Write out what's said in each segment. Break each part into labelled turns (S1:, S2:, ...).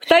S1: 二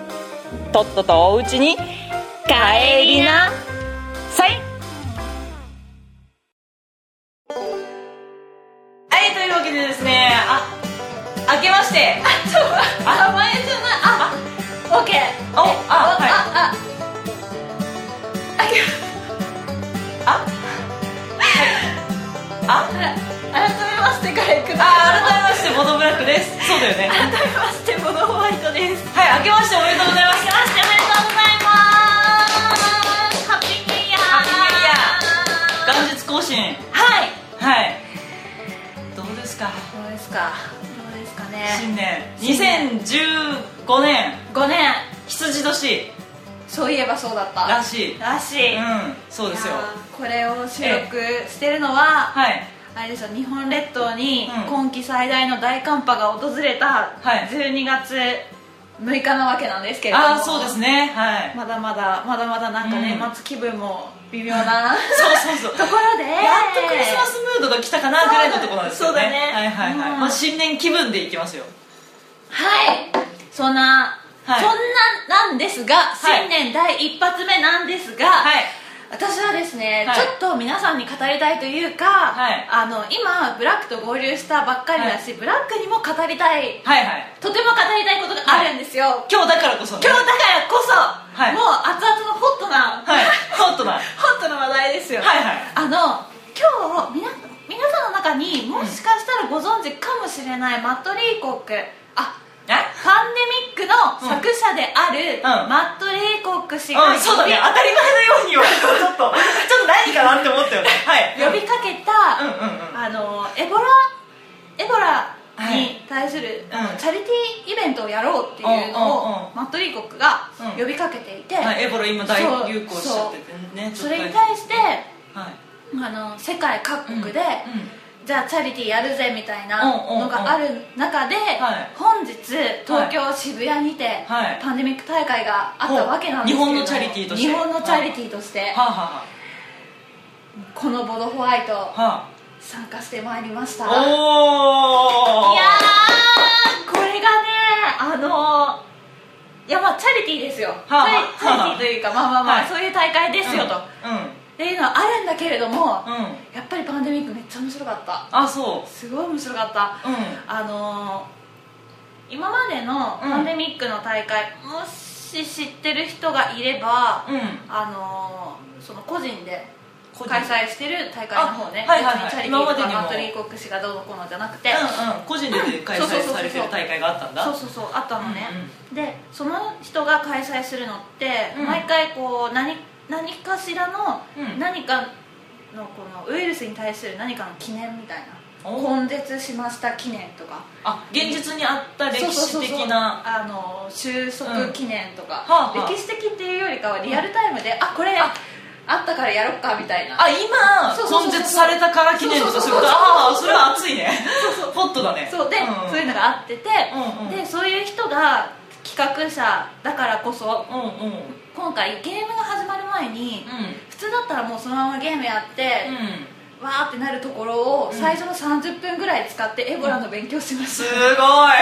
S1: とっととおうちに帰りなさいはいというわけでですねあ明けまして
S2: あ前じゃないあオッケー
S1: おあはい
S2: あ
S1: ああ
S2: あ改めましてカレーく
S1: あ改めましてボドブラックですそうだよね
S2: 改めましてボドホワイトです
S1: はい明けましておめでとうございま
S2: 明けましておめでとうございますハッピーニューイヤー
S1: す元日更新
S2: はい
S1: はいどうですか
S2: どうですかどうですかね
S1: 新年
S2: 新年
S1: 2015年
S2: 5年
S1: 羊年
S2: そういえばそうだった
S1: らしい
S2: らしい
S1: うんそうですよ
S2: いやーこれを収録してるのは
S1: はい
S2: あれですよ日本列島に
S1: うん
S2: 今季最大の大寒波が訪れた
S1: はい
S2: 12月6日なわけなんですけれども
S1: ああそうですねはい
S2: まだまだまだまだなんか
S1: う
S2: 年
S1: ん
S2: 末気分も微妙 な
S1: そうそう
S2: と
S1: そう
S2: ころで
S1: やっとクリスマスムードが来たかなぐらいのところなんですよね
S2: そうだね
S1: はいはいはい、
S2: うん
S1: まあ、新年気分でいきますよ
S2: はいそんな、
S1: はい
S2: そんななんですが、
S1: い
S2: 新年第一発目なんですが、
S1: はい
S2: 私はですね、
S1: はい
S2: ちょっと皆さんに語りたいというか、
S1: い
S2: あの今ブラックと合流したばっかりだし、ブラックにも語りたい
S1: はいはい
S2: とても語りたいことがあるんですよ、
S1: 今日だからこそね
S2: 今日だからこそ、
S1: はい
S2: もう熱々のホットな、
S1: はいホットなはい
S2: ホットな話題ですよ、
S1: はい
S2: あの今日みな皆さんの中にもしかしたらご存知かもしれない、マット・レイコックあ
S1: え
S2: パンデミックの作者である、
S1: うん
S2: マット・レイコック氏が
S1: う
S2: 呼
S1: ん、そうだ
S2: び,、
S1: ね当たり前のように言われたちょっとちょっと何かなって思ったよねはい
S2: 呼びかけた、
S1: うんうんうん
S2: あのエボラエボラに対する、
S1: はいうん
S2: チャリティーイベントをやろうっていうのを、
S1: うんうんうん
S2: マット・レイコックが
S1: うん
S2: 呼びかけていて、
S1: はい、エボラ今大流行しちゃっててね
S2: それに
S1: はい
S2: 対してあの世界各国で、じゃあチャリティーやるぜみたいな
S1: うんうんうん
S2: のがある中で、
S1: はい
S2: 本日東京渋谷にて、
S1: はい
S2: パンデミック大会があったわけなんですけれど
S1: ほ
S2: も
S1: う日本のチャリティーとして
S2: 日本のチャリティーとして、
S1: うん、はあ、は
S2: このボドホワイト
S1: あは
S2: 参加してまいりましたいやー
S1: あ、おお
S2: これがねあのいやまあチャリティーですよ、
S1: あ
S2: チャリチャリティーというかまあまあまあ、
S1: はい
S2: そういう大会で
S1: です
S2: よと、っ
S1: うん、うん
S2: ていうのはあるんだけれども、
S1: うん、
S2: やっぱりパンデミックめっちゃ面白かった
S1: あそ
S2: すごい面白かった
S1: ううん
S2: あのー今までの
S1: うん
S2: パンデミックの大会、もし知ってる人がいれば、
S1: うん
S2: あのーその個人で
S1: 個人
S2: 開催してる大会の方ね、
S1: あはいはいはい
S2: 別にチャリティ
S1: 今
S2: ー
S1: ま
S2: と
S1: で
S2: か
S1: にも
S2: マトリー国士がどうのこうのじゃなくて、
S1: うんうん個人で開催されてる大会があったんだ
S2: そうそうそうあったのね、
S1: う
S2: でその人が開催するのって、
S1: うん
S2: 毎回こう何何かしらの、
S1: うん
S2: 何かのこのウイルスに対する何かの記念みたいな
S1: お
S2: 根絶しました記念とか
S1: あ現実にあった歴史
S2: そうそうそうそ
S1: 的
S2: う
S1: な
S2: あの収束記念とか、
S1: うんはあはあ
S2: 歴史的っていうよりかはリアルタイムで、あこれあったからやろっかみたいな
S1: あ今
S2: そうそうそうそ
S1: 根
S2: う
S1: 絶されたから記念とかそういうこと
S2: そうそう
S1: あ
S2: そ
S1: あそ
S2: うそう
S1: れは熱いねホットだね
S2: そうで、
S1: ん
S2: そういうのがあってて、
S1: うんうん
S2: でそういう人が企画者だからこそ
S1: うんうん
S2: 今回ゲームが始まる前に、
S1: う
S2: 普通だったらもうそのままゲームやって、
S1: んうん
S2: わーってなるところ
S1: う
S2: を
S1: ん
S2: 最初の30分ぐらい使ってエボラの勉強しまし
S1: す
S2: た、
S1: ごい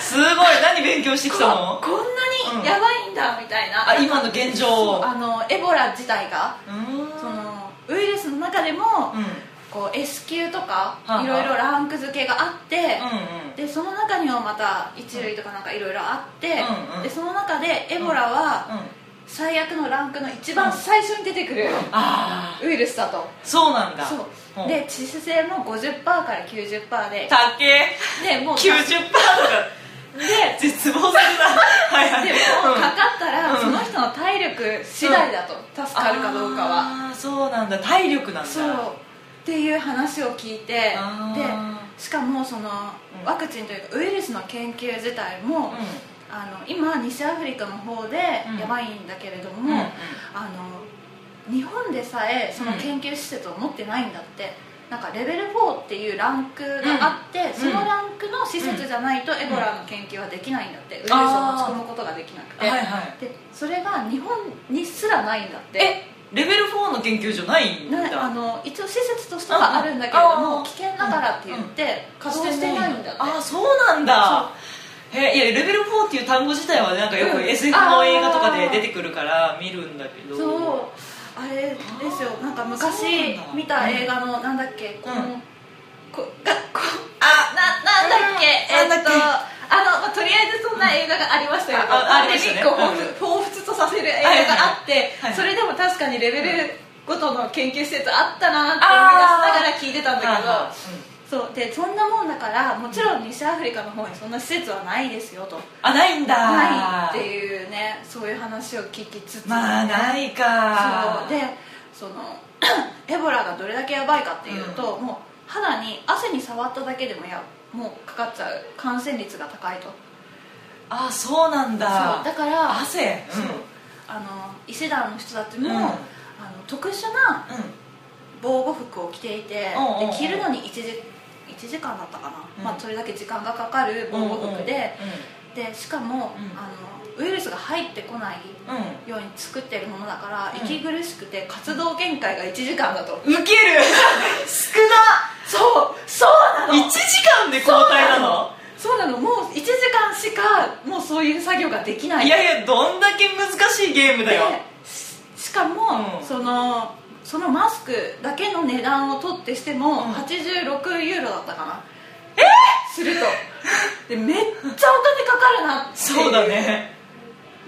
S1: すごい何勉強してきたの
S2: こんなにやばいんだみたいな、
S1: あ今の現状
S2: そう
S1: を
S2: あのエボラ自体が
S1: うーん
S2: そのウイルスの中でも、
S1: うんうんうん
S2: こう S 級とか
S1: あはあ
S2: いろいろランク付けがあって、でその中にはまた一類とかなんかいろいろあって、
S1: うんうん
S2: でその中でエボラは
S1: うん
S2: 最悪のランクの一番最初に出てくる
S1: ああ
S2: ウイルスだと、
S1: そうなんだ
S2: そう
S1: うん
S2: で致死性も50%から90%で
S1: たけ
S2: でもう
S1: 90%とか
S2: で
S1: 絶望するなはいはい
S2: でも
S1: うん
S2: かかったら、
S1: うん
S2: その人の体力次第だと、助かるかどうかは
S1: あーそうなんだ体力なんだ
S2: そうっていう話を聞いてで
S1: あー
S2: しかもその
S1: うん
S2: ワクチンというかウイルスの研究自体も、
S1: うん
S2: あの今西アフリカの方で
S1: うん
S2: やばいんだけれども、
S1: うんうん
S2: あの日本でさえその研究施設を持ってないんだって、なんかレベル4っていうランクがあって、
S1: ん
S2: そのランクの施設じゃないとエボラの研究はできないんだって、ウイルスを持ち込むことができなくて、
S1: はいはい
S2: でそれが日本にすらないんだって
S1: えレベル4の研究所ないんだ
S2: なあの一応施設としてはあるんだけれど
S1: うんあ
S2: も
S1: ー
S2: 危険ながらって言って稼働してないんだって
S1: あそうなんだへいやレベル4っていう単語自体はねなんかよく
S2: うん
S1: SF の映画とかで出てくるから見るんだけど
S2: そうあれですよなんか昔
S1: そうなんだ
S2: 見た映画のなんだっけこの、
S1: うん
S2: こがこ
S1: あ
S2: ななんだっけ、
S1: うん
S2: えっと
S1: なん
S2: あの、まあ、とりあえずそんな映画がありましたよ、
S1: あああ
S2: あれ
S1: りましたね
S2: 一個彷
S1: うん
S2: 彿彷彿とさせる映画があって、
S1: はいはいはいはい
S2: それでも確かにレベルごとの研究施設あったなって思い出しながら聞いてたんだけど、
S1: あ
S2: そうでそんなもんだからもちろん西アフリカの方にそんな施設はないですよと
S1: あないんだ
S2: ないっていうねそういう話を聞きつつ
S1: まあないか
S2: そうでその エボラがどれだけやばいかっていうと、もう肌に汗に触っただけでもやもうかかっちゃう感染率が高いと
S1: あそうなんだ
S2: そうだから
S1: 汗
S2: そう
S1: うん
S2: あの伊勢丹の人たちも、
S1: うん
S2: あの特殊な防護服を着ていて、
S1: うんうんうん
S2: で着るのに1時 ,1 時間だったかな、
S1: うん
S2: まあ、それだけ時間がかかる防
S1: うん
S2: 護服で、でしかも、
S1: うん
S2: あのウイルスが入ってこない
S1: うん
S2: ように作ってるものだから、
S1: うん
S2: 息苦しくて活動限界が1時間だと、
S1: うんウケる少な
S2: そうそうなの
S1: 1時間で交代なの
S2: そうなのもう1時間しかもうそういう作業ができない
S1: いやいやどんだけ難しいゲームだよ
S2: でししかも、
S1: うん
S2: そのそのマスクだけの値段を取ってしても、
S1: うん
S2: 86ユーロだったかなえするとでめっちゃお金かかるなってい
S1: そうだね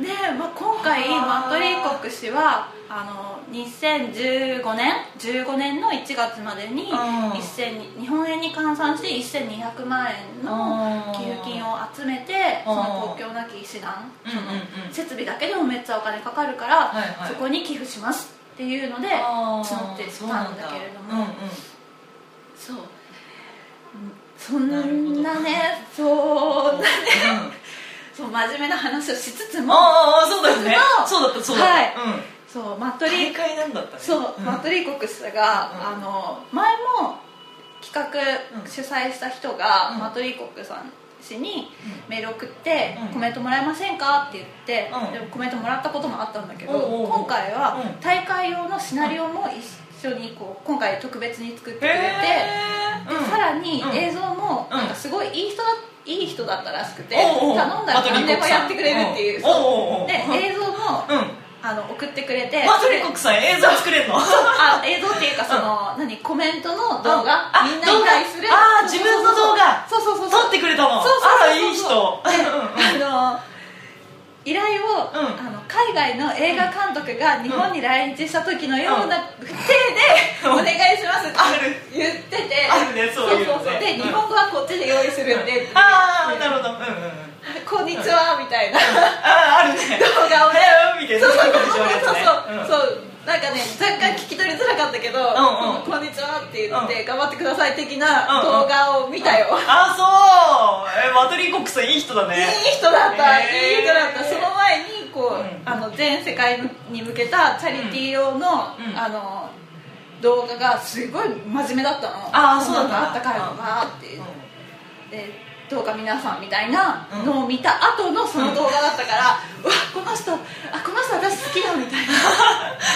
S2: で、まあ、今回
S1: あー
S2: マトリーコック氏はあの2015年15年の1月までに
S1: うん
S2: 1000日本円に換算して1200万円
S1: うん
S2: の給付金を集めてその国境なき医師団
S1: うん
S2: そ
S1: うん
S2: の
S1: うん
S2: 設備だけでもめっちゃお金かかるから
S1: はいはい
S2: そこに寄付しますっていうので
S1: あー
S2: 募ってたんだけれど
S1: そうな
S2: も
S1: んだうんうん
S2: そうそん
S1: なるほど
S2: なねそう
S1: うん
S2: そう真面目な話をしつつ
S1: あ
S2: も
S1: あああそうだよね
S2: の
S1: そうだったそうだった、
S2: はい
S1: うん、
S2: そうマトリーコッ
S1: 大会なんだったね
S2: そう、
S1: ん
S2: マトリーコックスが、
S1: うん
S2: あの前も企画、
S1: うん
S2: 主催した人が、
S1: うん
S2: マトリーコックさん氏にメール送って、
S1: うん
S2: コメントもらえませんか?」って言って、
S1: うん
S2: でもコメントもらったこともあったんだけど、
S1: おうおうおう
S2: 今回は
S1: うん
S2: 大会用のシナリオも一緒にこう今回特別に作ってく
S1: へ
S2: れて、
S1: えうん、
S2: でさらに
S1: うん
S2: 映像も
S1: うん
S2: なんかすごいいい人だいい人だったらしくて、
S1: おうおう
S2: 頼んだら何でもやってくれるってい
S1: マトリーコック
S2: う、
S1: さんおうおうおう
S2: で映像も、
S1: うん
S2: あの送ってくれて
S1: マトリーコックさん映像作れんの
S2: あ映像っていうかその、何コメントの動画
S1: あ
S2: みんなに対する
S1: 動画あー
S2: そうそう
S1: 自
S2: そう
S1: 分の動画
S2: そうそうそうそう
S1: 撮ってくれたの
S2: そうそう
S1: あらいい人
S2: 人あの依頼
S1: う
S2: を、
S1: ん
S2: あの海外の映画監督が日本に来日した時のような手で、
S1: うん
S2: お願いしますって
S1: ある
S2: 言ってて
S1: あるねそういうのね
S2: そうそう
S1: う
S2: で
S1: ん
S2: 日本語はこっちで用意するんで、
S1: ああなるほどうんうんうん
S2: こんにちはみたいな動
S1: ああるね
S2: 画をね
S1: えーみたいな
S2: そうそうそう
S1: そういう
S2: そう
S1: 感じのやつね
S2: そうそうなんかね若干聞き取りづらかったけど「
S1: んうん
S2: こんにちは」って言っ
S1: う
S2: て「頑張ってください」的な
S1: うんうん
S2: 動画を見たよ、
S1: あそうえマトリーコックさんいい人だね
S2: いい人だった、
S1: へー
S2: いい人だったその前にこう、
S1: うん
S2: あの全世界に向けたチャリティー用の,、
S1: うん
S2: あの動画がすごい真面目だったの
S1: あーそうなんだ
S2: あったかいのがあって、
S1: う
S2: でどうか皆さんみたいなのを見た後のその動画だったから、うわこの人あこの人私好きだみたい
S1: ん
S2: な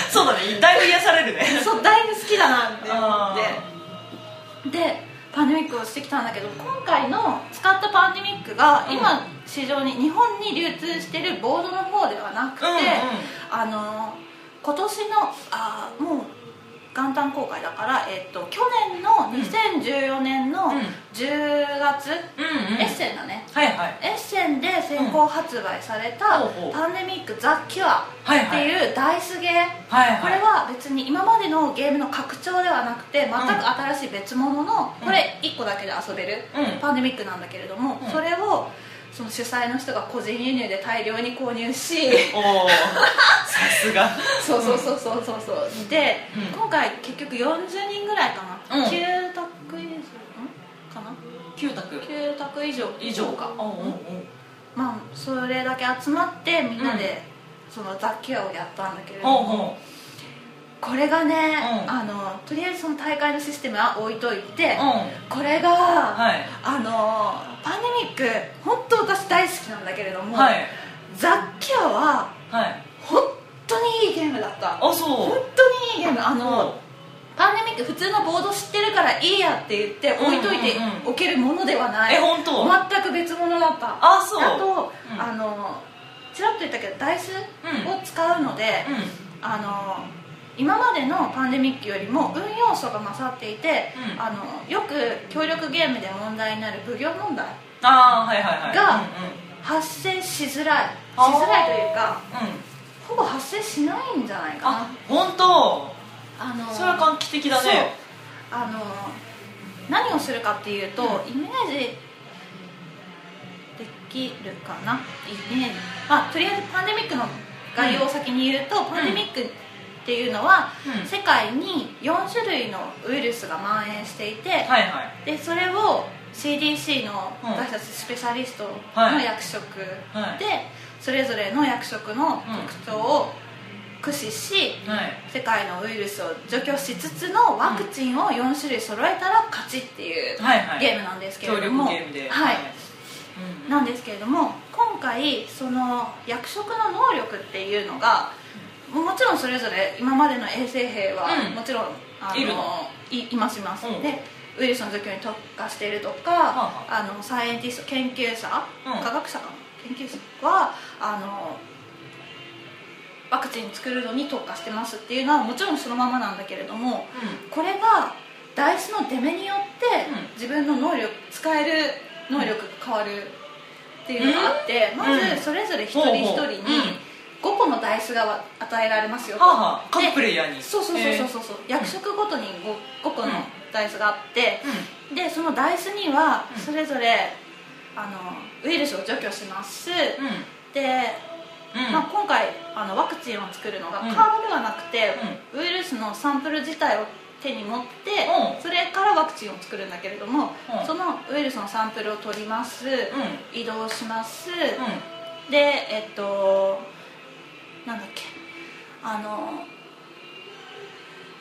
S1: そうだねだいぶ癒されるね
S2: そうだいぶ好きだなって
S1: あ
S2: 思って。でパンデミックをしてきたんだけど今回の使ったパンデミックが
S1: うん
S2: 今市場に日本に流通してるボードの方ではなくて、
S1: うんうん
S2: あの今年のあーもう元旦公開だから、えっと去年の2014年の
S1: うん
S2: 10月、
S1: うんうん
S2: エッセンだね
S1: はいはい
S2: エッセンで先行発売された
S1: うんほうほう
S2: 「パンデミック・ザ・キュア」
S1: はいはい
S2: っていうダイスゲー、
S1: はいはい
S2: これは別に今までのゲームの拡張ではなくて全く新しい別物の、
S1: うん
S2: これ1個だけで遊べる、
S1: うん
S2: パンデミックなんだけれども、
S1: うん
S2: それをその主催の人が個人輸入で大量に購入し
S1: おおさすが
S2: そうそうそうそうそうそうで、
S1: うん
S2: 今回結局40人ぐらいかな、
S1: うん
S2: 9択以上んかな
S1: 九択
S2: 9択以上
S1: 以上か
S2: か
S1: おうおうおう
S2: ままあ、それだけ集まってみんなで、その雑記をやったんだけれど
S3: ほう
S2: も、
S3: ほ
S2: これがね、
S3: うん
S2: あのとりあえずその大会のシステムは置いといて、
S3: ううん
S2: これが、
S3: はい
S2: あのパンデミック本当私大好きなんだけれども、
S3: はい
S2: ザッキアは
S3: はい
S2: 本当にいいゲームだった
S3: あ
S2: 本
S3: そう
S2: 当にいいゲームあ
S3: そ
S2: のパンデミック普通のボード知ってるからいいやって言って
S3: うん
S2: 置いといて
S3: うんうん
S2: おけるものではない、
S3: え本当
S2: 全く別物だった
S3: あそう
S2: あと、
S3: うん
S2: あのちらっと言ったけどダイス
S3: うん
S2: を使うので、
S3: う
S2: あの今までのパンデミックよりも運要素が勝っていて、
S3: うん
S2: あのよく協力ゲームで問題になる奉行問題
S3: んああはいはいはい
S2: が
S3: う
S2: 発生しづらいし
S3: あー
S2: づらいとい
S3: んうん、う
S2: うか
S3: ん、
S2: ほぼ発生しないんじゃないか
S3: あ
S2: な
S3: 本当
S2: あの
S3: それは画期的だね
S2: あの何をするかっていうと、イメージできるかなイメージ、まあ、とりあえずパンデミックの概要を先に言うと、パンデミックっていうのは、
S3: うん
S2: 世界に4種類のウイルスが蔓延していて、
S3: はいはい
S2: でそれを CDC の
S3: うん
S2: 私たちスペシャリストの
S3: はい
S2: 役職で、
S3: はい
S2: それぞれの役職の特徴を駆使し、
S3: はい
S2: 世界のウイルスを除去しつつのワクチンを4種類揃えたら勝ちっていう
S3: はいはい
S2: ゲームなんですけ
S3: 協
S2: れど
S3: 力
S2: も、
S3: ゲームで
S2: は
S3: はいうん
S2: なんですけれども今回その役職の能力っていうのがもちろんそれぞれ今までの衛生兵は
S3: うん
S2: もちろん、あ
S3: いる
S2: のいいますいます、
S3: うん
S2: でウイルスの除去に特化しているとか、
S3: は
S2: あ、のサイエンティスト研究者、
S3: うん
S2: 科学者かな研究者はあのワクチン作るのに特化してますっていうのはもちろんそのままなんだけれどもこれがダイスの出目によって、
S3: うん
S2: 自分の能力使える能力が変わるっていうのがあって、
S3: うん
S2: ま
S3: うん
S2: ずそれぞれ一人一人に
S3: ほうほううん
S2: 5個のダイスが与えられますよと、
S3: はあはあ各プレイヤーに
S2: そうそうそうそうそうそう、役職ごとに 5, 個のダイスがあって
S3: えー、うん
S2: でそのダイスには
S3: うん
S2: それぞれ、あのウイルスを除去します、
S3: うんうん
S2: で、
S3: うん
S2: まあ、今回あのワクチンを作るのがカ
S3: うん
S2: ードではなくて、ウイルスのサンプル自体を手に持って、
S3: うん
S2: それからワクチンを作るんだけれども、
S3: うん
S2: そのウイルスのサンプルを取ります、移動します、
S3: うんうん
S2: でえっとなんだっけあの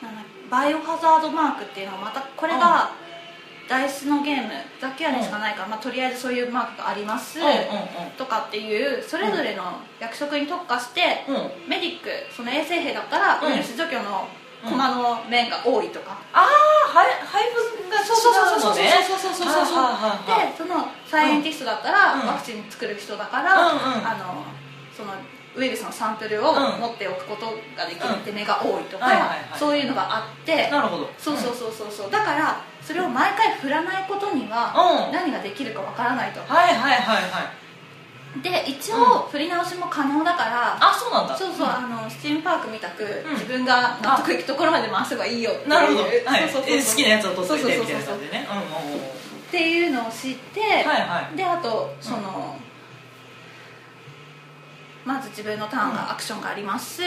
S2: なんだバイオハザードマークっていうのはまたこれが、ダイスのゲームだけはねしかないから、まあ、とりあえずそういうマークがあります、
S3: うん
S2: とかっていうそれぞれの役職に特化して、
S3: うんうんうん
S2: メディックその衛生兵だったら
S3: うん
S2: ウイルス除去のコマの面が多いとか、
S3: ああ配分が違うのね
S2: そうそうそうそうそ
S3: は
S2: うそう
S3: あ
S2: そう
S3: はあはあ
S2: でそのサイエンティストだったら、
S3: うん
S2: ワクチン作る人だから、
S3: うんうん
S2: あのそのウイルスのサンプルを
S3: うん
S2: 持っておくことができるって目が多いとか、
S3: はいはいはい
S2: そういうのがあって
S3: なるほど
S2: そうそうそうそうそうだからそれを毎回振らないことには
S3: うん
S2: 何ができるかわからないと
S3: はいはいはいはい
S2: で一応振り直しも可能だから、
S3: あそうなんだ
S2: そうそう、
S3: ん
S2: あのスチームパークみたく、
S3: ん
S2: 自分が納得いくところまで回せばいいよっていう
S3: なるほどはい
S2: そうそうそう
S3: え好きなやつを取っといて
S2: そ
S3: み
S2: うそ
S3: たいうな
S2: そうそう
S3: 感じでねうんうんうん
S2: っていうのを知って、
S3: はいはい
S2: であとその、まず自分のターンが、アクションがあります、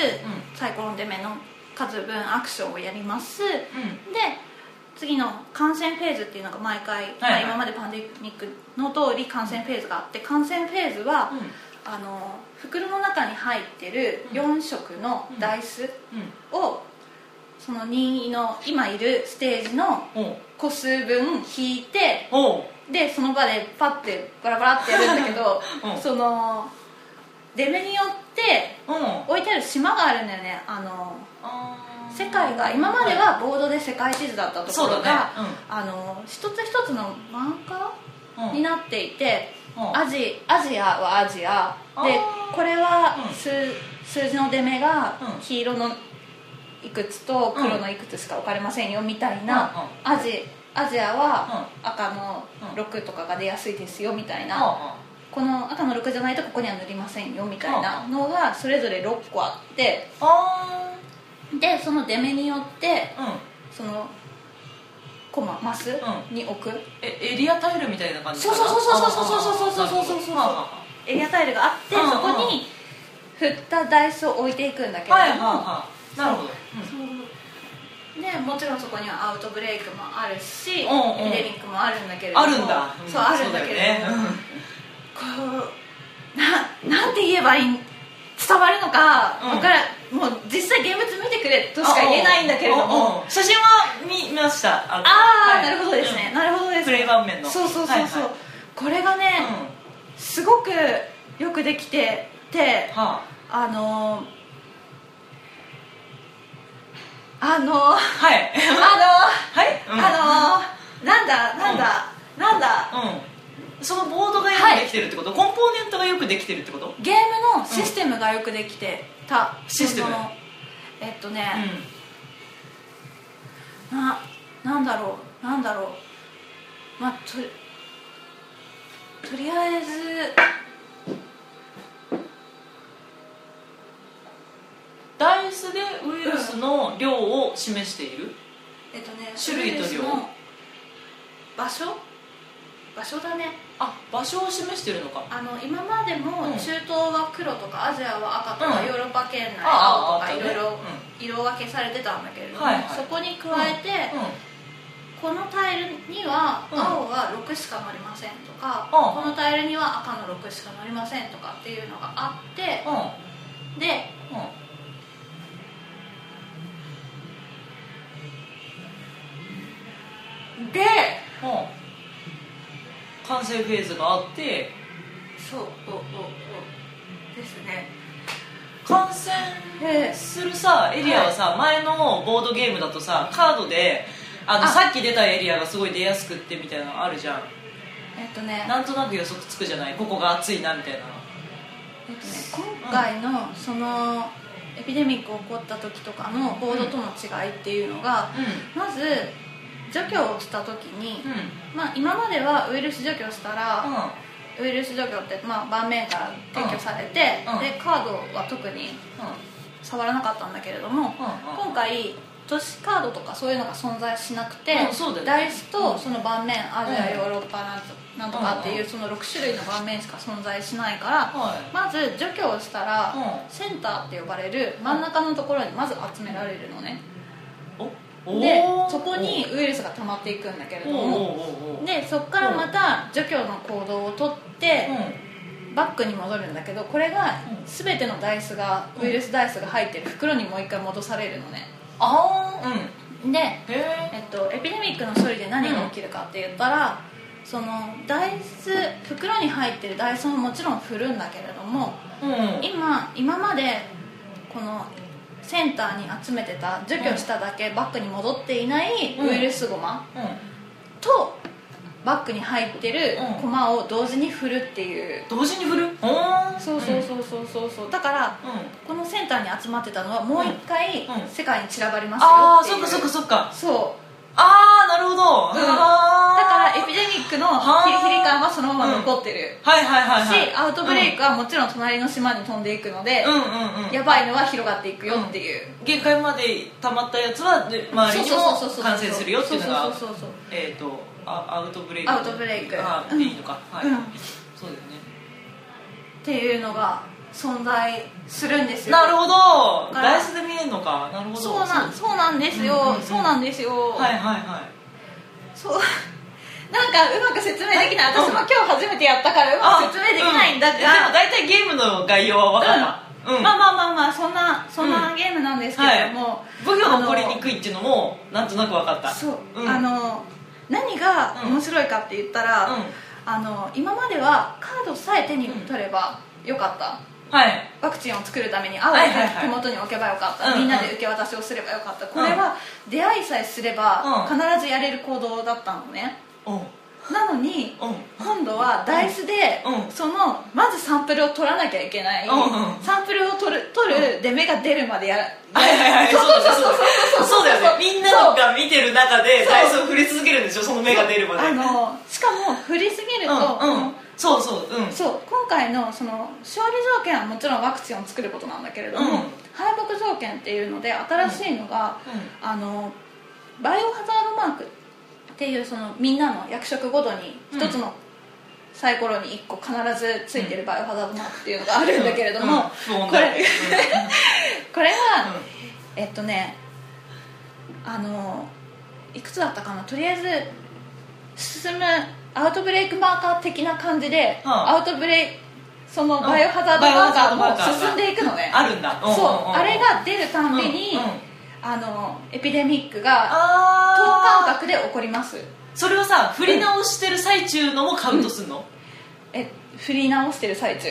S2: サイコロの出目の数分アクションをやります、
S3: う
S2: で次の感染フェーズっていうのが毎回、
S3: はい
S2: まあ今までパンデミックの通り感染フェーズがあって感染フェーズは、
S3: ん
S2: あの袋の中に入ってる4色のダイス
S3: うん
S2: をその任意の今いるステージの
S3: おう
S2: 個数分引いて
S3: おう、
S2: でその場でパッてバラバラってやるんだけど
S3: うん
S2: その出目によって
S3: うん
S2: 置いてある島があるんだよねあの
S3: あー
S2: 世界が今まではボードで世界地図だったところ
S3: そう
S2: が、
S3: だね
S2: あの一つ一つの漫画
S3: うんうん
S2: になっていて、
S3: うん
S2: アジアジアはアジアで
S3: あー
S2: これは
S3: うん
S2: 数,、数字の出目が
S3: うん
S2: 黄色のいくつと黒のいくつしか置かれませんよみたいな、アジアジアは赤の6とかが出やすいですよみたいな、
S3: う
S2: この赤の6じゃないとここには塗りませんよみたいな
S3: う
S2: のがそれぞれ6個あって
S3: んあ
S2: でその出目によって
S3: ーうん
S2: そのコママス
S3: う
S2: に置く
S3: えエリアタイルみたいな感じかな
S2: そうそうそうそうそうそうそうそうそうそうそう
S3: あーあ
S2: エリアタイルがあって、
S3: うんうん
S2: そこに振ったダイスを置いていくんだ
S3: ー
S2: けれども、
S3: はいはいはいなるほどうん
S2: そうでもちろんそこにはアウトブレイクもあるし、
S3: うんうん
S2: エピデミックもあるんだけれど
S3: あ
S2: も
S3: るんだ
S2: そうあるんだけれども、
S3: そうだよね
S2: こうななんて言えばいいん伝わるのか、
S1: うん
S2: わからもう実際現物見てくれとしか言えないんだけれど
S1: うん
S2: も
S1: うん写真は見ましたあの
S2: ああ、
S1: はい
S2: なるほどですね、
S1: うん
S2: なるほどです
S1: プレイ盤面の
S2: そうそうそうそう、
S1: はいはい
S2: これがね、
S1: うん
S2: すごくよくできてて
S1: は
S2: あのー あのー
S1: あ、はい
S2: あのー
S1: はい、
S2: あのーなんだなんだ、なんだ
S1: のうんそのボードがよくできてるってこと、コンポーネントがよくできてるってことうん
S2: ゲームのシステムがよくできてた、
S1: システム
S2: そのえっとね、ななんだろうなんだろうまあととりあえず
S1: ダイスでウイルスの量を示している、
S2: えっとね
S1: 種類と量
S2: ウイルスの場所場所だね
S1: あ場所を示してるのか
S2: あの今までも
S1: うん
S2: 中東は黒とかアジアは赤とか、
S1: うん
S2: ヨーロッパ圏内
S1: ああ
S2: 青と
S1: ああ
S2: かい
S1: ったね
S2: ろいろ色分けされてたんだけれども、
S1: はいはい
S2: そこに加えて、
S1: うん
S2: このタイルには
S1: うん
S2: 青は6しか乗りませんとか、
S1: うん
S2: このタイルには赤の6しか乗りませんとかっていうのがあって
S1: うん
S2: で
S1: うん
S2: で
S1: うん完成フェーズがあって
S2: そうおおおですね
S1: 感染
S2: です
S1: るさエリアはさ、前のボードゲームだとさカードであの
S2: あ
S1: さっき出たエリアがすごい出やすくってみたいなのあるじゃん
S2: えっとね
S1: なんとなく予測つくじゃないここが暑いなみたいなの
S2: えっとね今回のそのエピデミック起こった時とかのボードとの違いっていうのが、まず除去をした時に、
S1: うん
S2: まあ、今まではウイルス除去したら、
S1: うん
S2: ウイルス除去って、まあ、盤面から撤去されて、
S1: うんうん
S2: でカードは特に触らなかったんだけれども、
S1: うんうん
S2: 今回女子カードとかそういうのが存在しなくて、
S1: うんそうだよね
S2: ダイス
S1: う
S2: と
S1: ん
S2: その盤面アジア、
S1: うん
S2: ヨーロッパなんとなんとかって
S1: うん
S2: いううんその6種類の盤面しか存在しないから、
S1: はい
S2: まず除去をしたら、
S1: うん
S2: センターって呼ばれる真ん中のところにまず集められるのね
S1: お
S2: で
S1: おー
S2: そこにウイルスが溜まっていくんだけれ
S1: お
S2: ど
S1: ーお
S2: も
S1: ーおーおー
S2: でそこからまた除去の行動をとって、
S1: う
S2: バッグに戻るんだけどこれが
S1: うん
S2: 全てのダイスが
S1: うん
S2: ウイルスダイスが入ってる袋にもう一回戻されるのね
S1: ああうん
S2: で、
S1: へえ
S2: えっと、エピデミックの処理で何が起きるかって言ったら、そのダイス袋に入ってるダイスももちろん振るんだけれども
S1: うんうん
S2: 今今までこのセンターに集めてた除去しただけバッグに戻っていない
S1: うん
S2: ウイルスゴマとバッグに入ってる
S1: うん
S2: コマを同時に振るっていう
S1: 同時に振るおお
S2: そうそうそうそうそうそうだから
S1: うん、うん
S2: このセンターに集まってたのはもう一回
S1: うんうん
S2: 世界に散らばりますよ
S1: ああ
S2: ってい
S1: そうっかそっかそっか
S2: そう
S1: ああなるほど、
S2: うんだ
S1: あ
S2: から
S1: ー
S2: エピデミックの
S1: は
S2: ヒ
S1: ー
S2: リヒリ感はそのまま残ってる
S1: はいはいはいはい
S2: しアウトブレイクはもちろん隣の島に飛んでいくので
S1: うんうんうん
S2: やばいのは広がっていくよっていう
S1: 限界まで溜まったやつはで周りにも
S2: そうそうそうそうそう
S1: 感染するよっていうのが
S2: そうそうそうそう
S1: えっ、ー、とあアウトブレイク
S2: アウトブレイク
S1: あ
S2: うん
S1: いいのか、はい、
S2: うん
S1: そうだよね
S2: っていうのが存在するんですよ
S1: なるほど
S2: だから
S1: ダイスで見えるのかなるほど
S2: そうなん
S1: す
S2: そうなんですよ、
S1: うんうんうん
S2: そうなんですよ、
S1: はいはいはい
S2: そう なんかうまく説明できない
S1: うん
S2: 私も今日初めてやったからうまく説明できないんだ
S1: う
S2: が、
S1: でも大体ゲームの概要は分かった、うん
S2: まあまあまあまあそんなそんなゲームなんですけれども、
S1: 武器が起こりに
S2: い
S1: くいっていうのもなんとなく分かった
S2: そう、
S1: ん、
S2: あの何が面白いかって言ったら、
S1: うん
S2: あの今まではカードさえ手に取ればよかった、
S1: はい
S2: ワクチンを作るために青を
S1: はいはいはい
S2: 手元に置けばよかった、
S1: うんうん
S2: みんなで受け渡しをすればよかった、これは出会いさえすれば
S1: う
S2: 必ずやれる行動だったのね、
S1: うん
S2: なのに
S1: うん
S2: 今度はダイスで、
S1: うん
S2: そのまずサンプルを取らなきゃいけない、
S1: うんうん
S2: サンプルを取る取るで目が出るまでやる、
S1: はいはいはい
S2: そうそうそうそう
S1: そうだよねみんな
S2: そう
S1: が見てる中で
S2: そう
S1: ダイスを振り続けるんでしょその目が出るまで
S2: あのしかも振りすぎると、
S1: うんうんそうそううん
S2: そう今回のその勝利条件はもちろんワクチンを作ることなんだけれども、
S1: うん
S2: 敗北条件っていうので新しいのが、
S1: う
S2: あのバイオハザードマークっていうそのみんなの役職ごとに
S1: うん
S2: 一つのサイコロに1個必ずついてるバイオハザードマークっていうのがあるんだけれども、
S1: うんうん
S2: これこれ
S1: う
S2: は、
S1: ん
S2: えっとねあのいくつだったかなとりあえず進むアウトブレイクマーカー的な感じで、
S1: はあ
S2: アウトブレイクそのバイオハザード
S1: バイオ
S2: マー
S1: ハザードマ
S2: カ
S1: ーカー
S2: ーも
S1: が
S2: 進んでいくのね
S1: あるんだん
S2: そうん
S1: ん
S2: あれが出るたんびに、
S1: うんうん
S2: あのエピデミックが等間
S1: ああ
S2: 隔で起こります
S1: それはさ振り直してる最中のもカウントするの、
S2: え振り直してる最中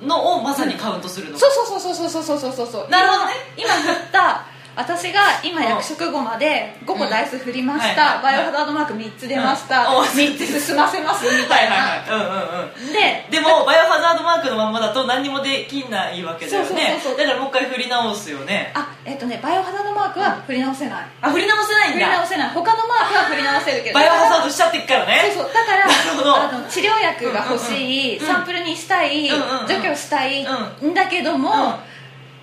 S1: のをまさにカウントするの、
S2: そうそうそうそうそうそうそうそうそう
S1: なるほどね
S2: 今今振った私が今
S1: うん
S2: 役職後まで5個ダイス振りまし
S1: う
S2: た、
S1: ん
S2: バ
S1: はい
S2: イ
S1: はい
S2: オハザードマーク3つ出ました、
S1: うんお
S2: 3つ進ませますみ
S1: は
S2: た
S1: い
S2: いな、
S1: はいはい うんうんうん
S2: で
S1: でもバイオハザードマークのまんまだと何にもできないわけだよ
S2: そう
S1: ね
S2: そうそうそう
S1: だからもう一回振り直すよね
S2: あえっ、とねバイオハザードマークは振り直せない、
S1: あ振り直せないん
S2: 振り直
S1: だ
S2: せない他のマークは振り直せるけど
S1: バイオハザー
S2: だ
S1: ドしちゃってっから
S2: から
S1: ね
S2: そうそうだから
S1: なるほど
S2: あの治療薬が欲しい、
S1: うんうんうん
S2: サンプルにしたい、
S1: うんうんうん
S2: 除去したいんだけども、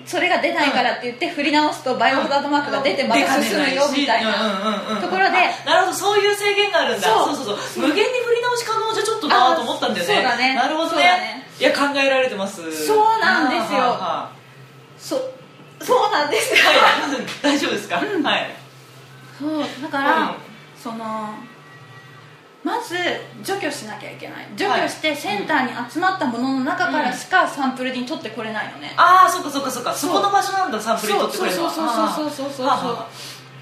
S2: それが出ないからって言って振り直すとバイオハザードマークが出てまた進むよみたいなところで
S1: あなるほどそういう制限があるんだ
S2: そ
S1: そううそうそう無限に振り直し可能じゃちょっとなーと思ったんだよね
S2: あそうだね
S1: なるほど
S2: そう
S1: ね
S2: だね
S1: いや考えられてます
S2: そうなんですよ
S1: はあは
S2: そそうなんですよ
S1: あはい 大丈夫ですか、
S2: うん
S1: はい
S2: そうだから、
S1: うん
S2: そのまず除去しなきゃいけない除去してセンターに集まったものの中からしかサンプルに取ってこれないのね、
S1: ああそっかそっかそっか
S2: そ
S1: そうこの場所なんだサンプルに取ってくれるのは
S2: そうそうそうそうそうそうそう
S1: はあはあは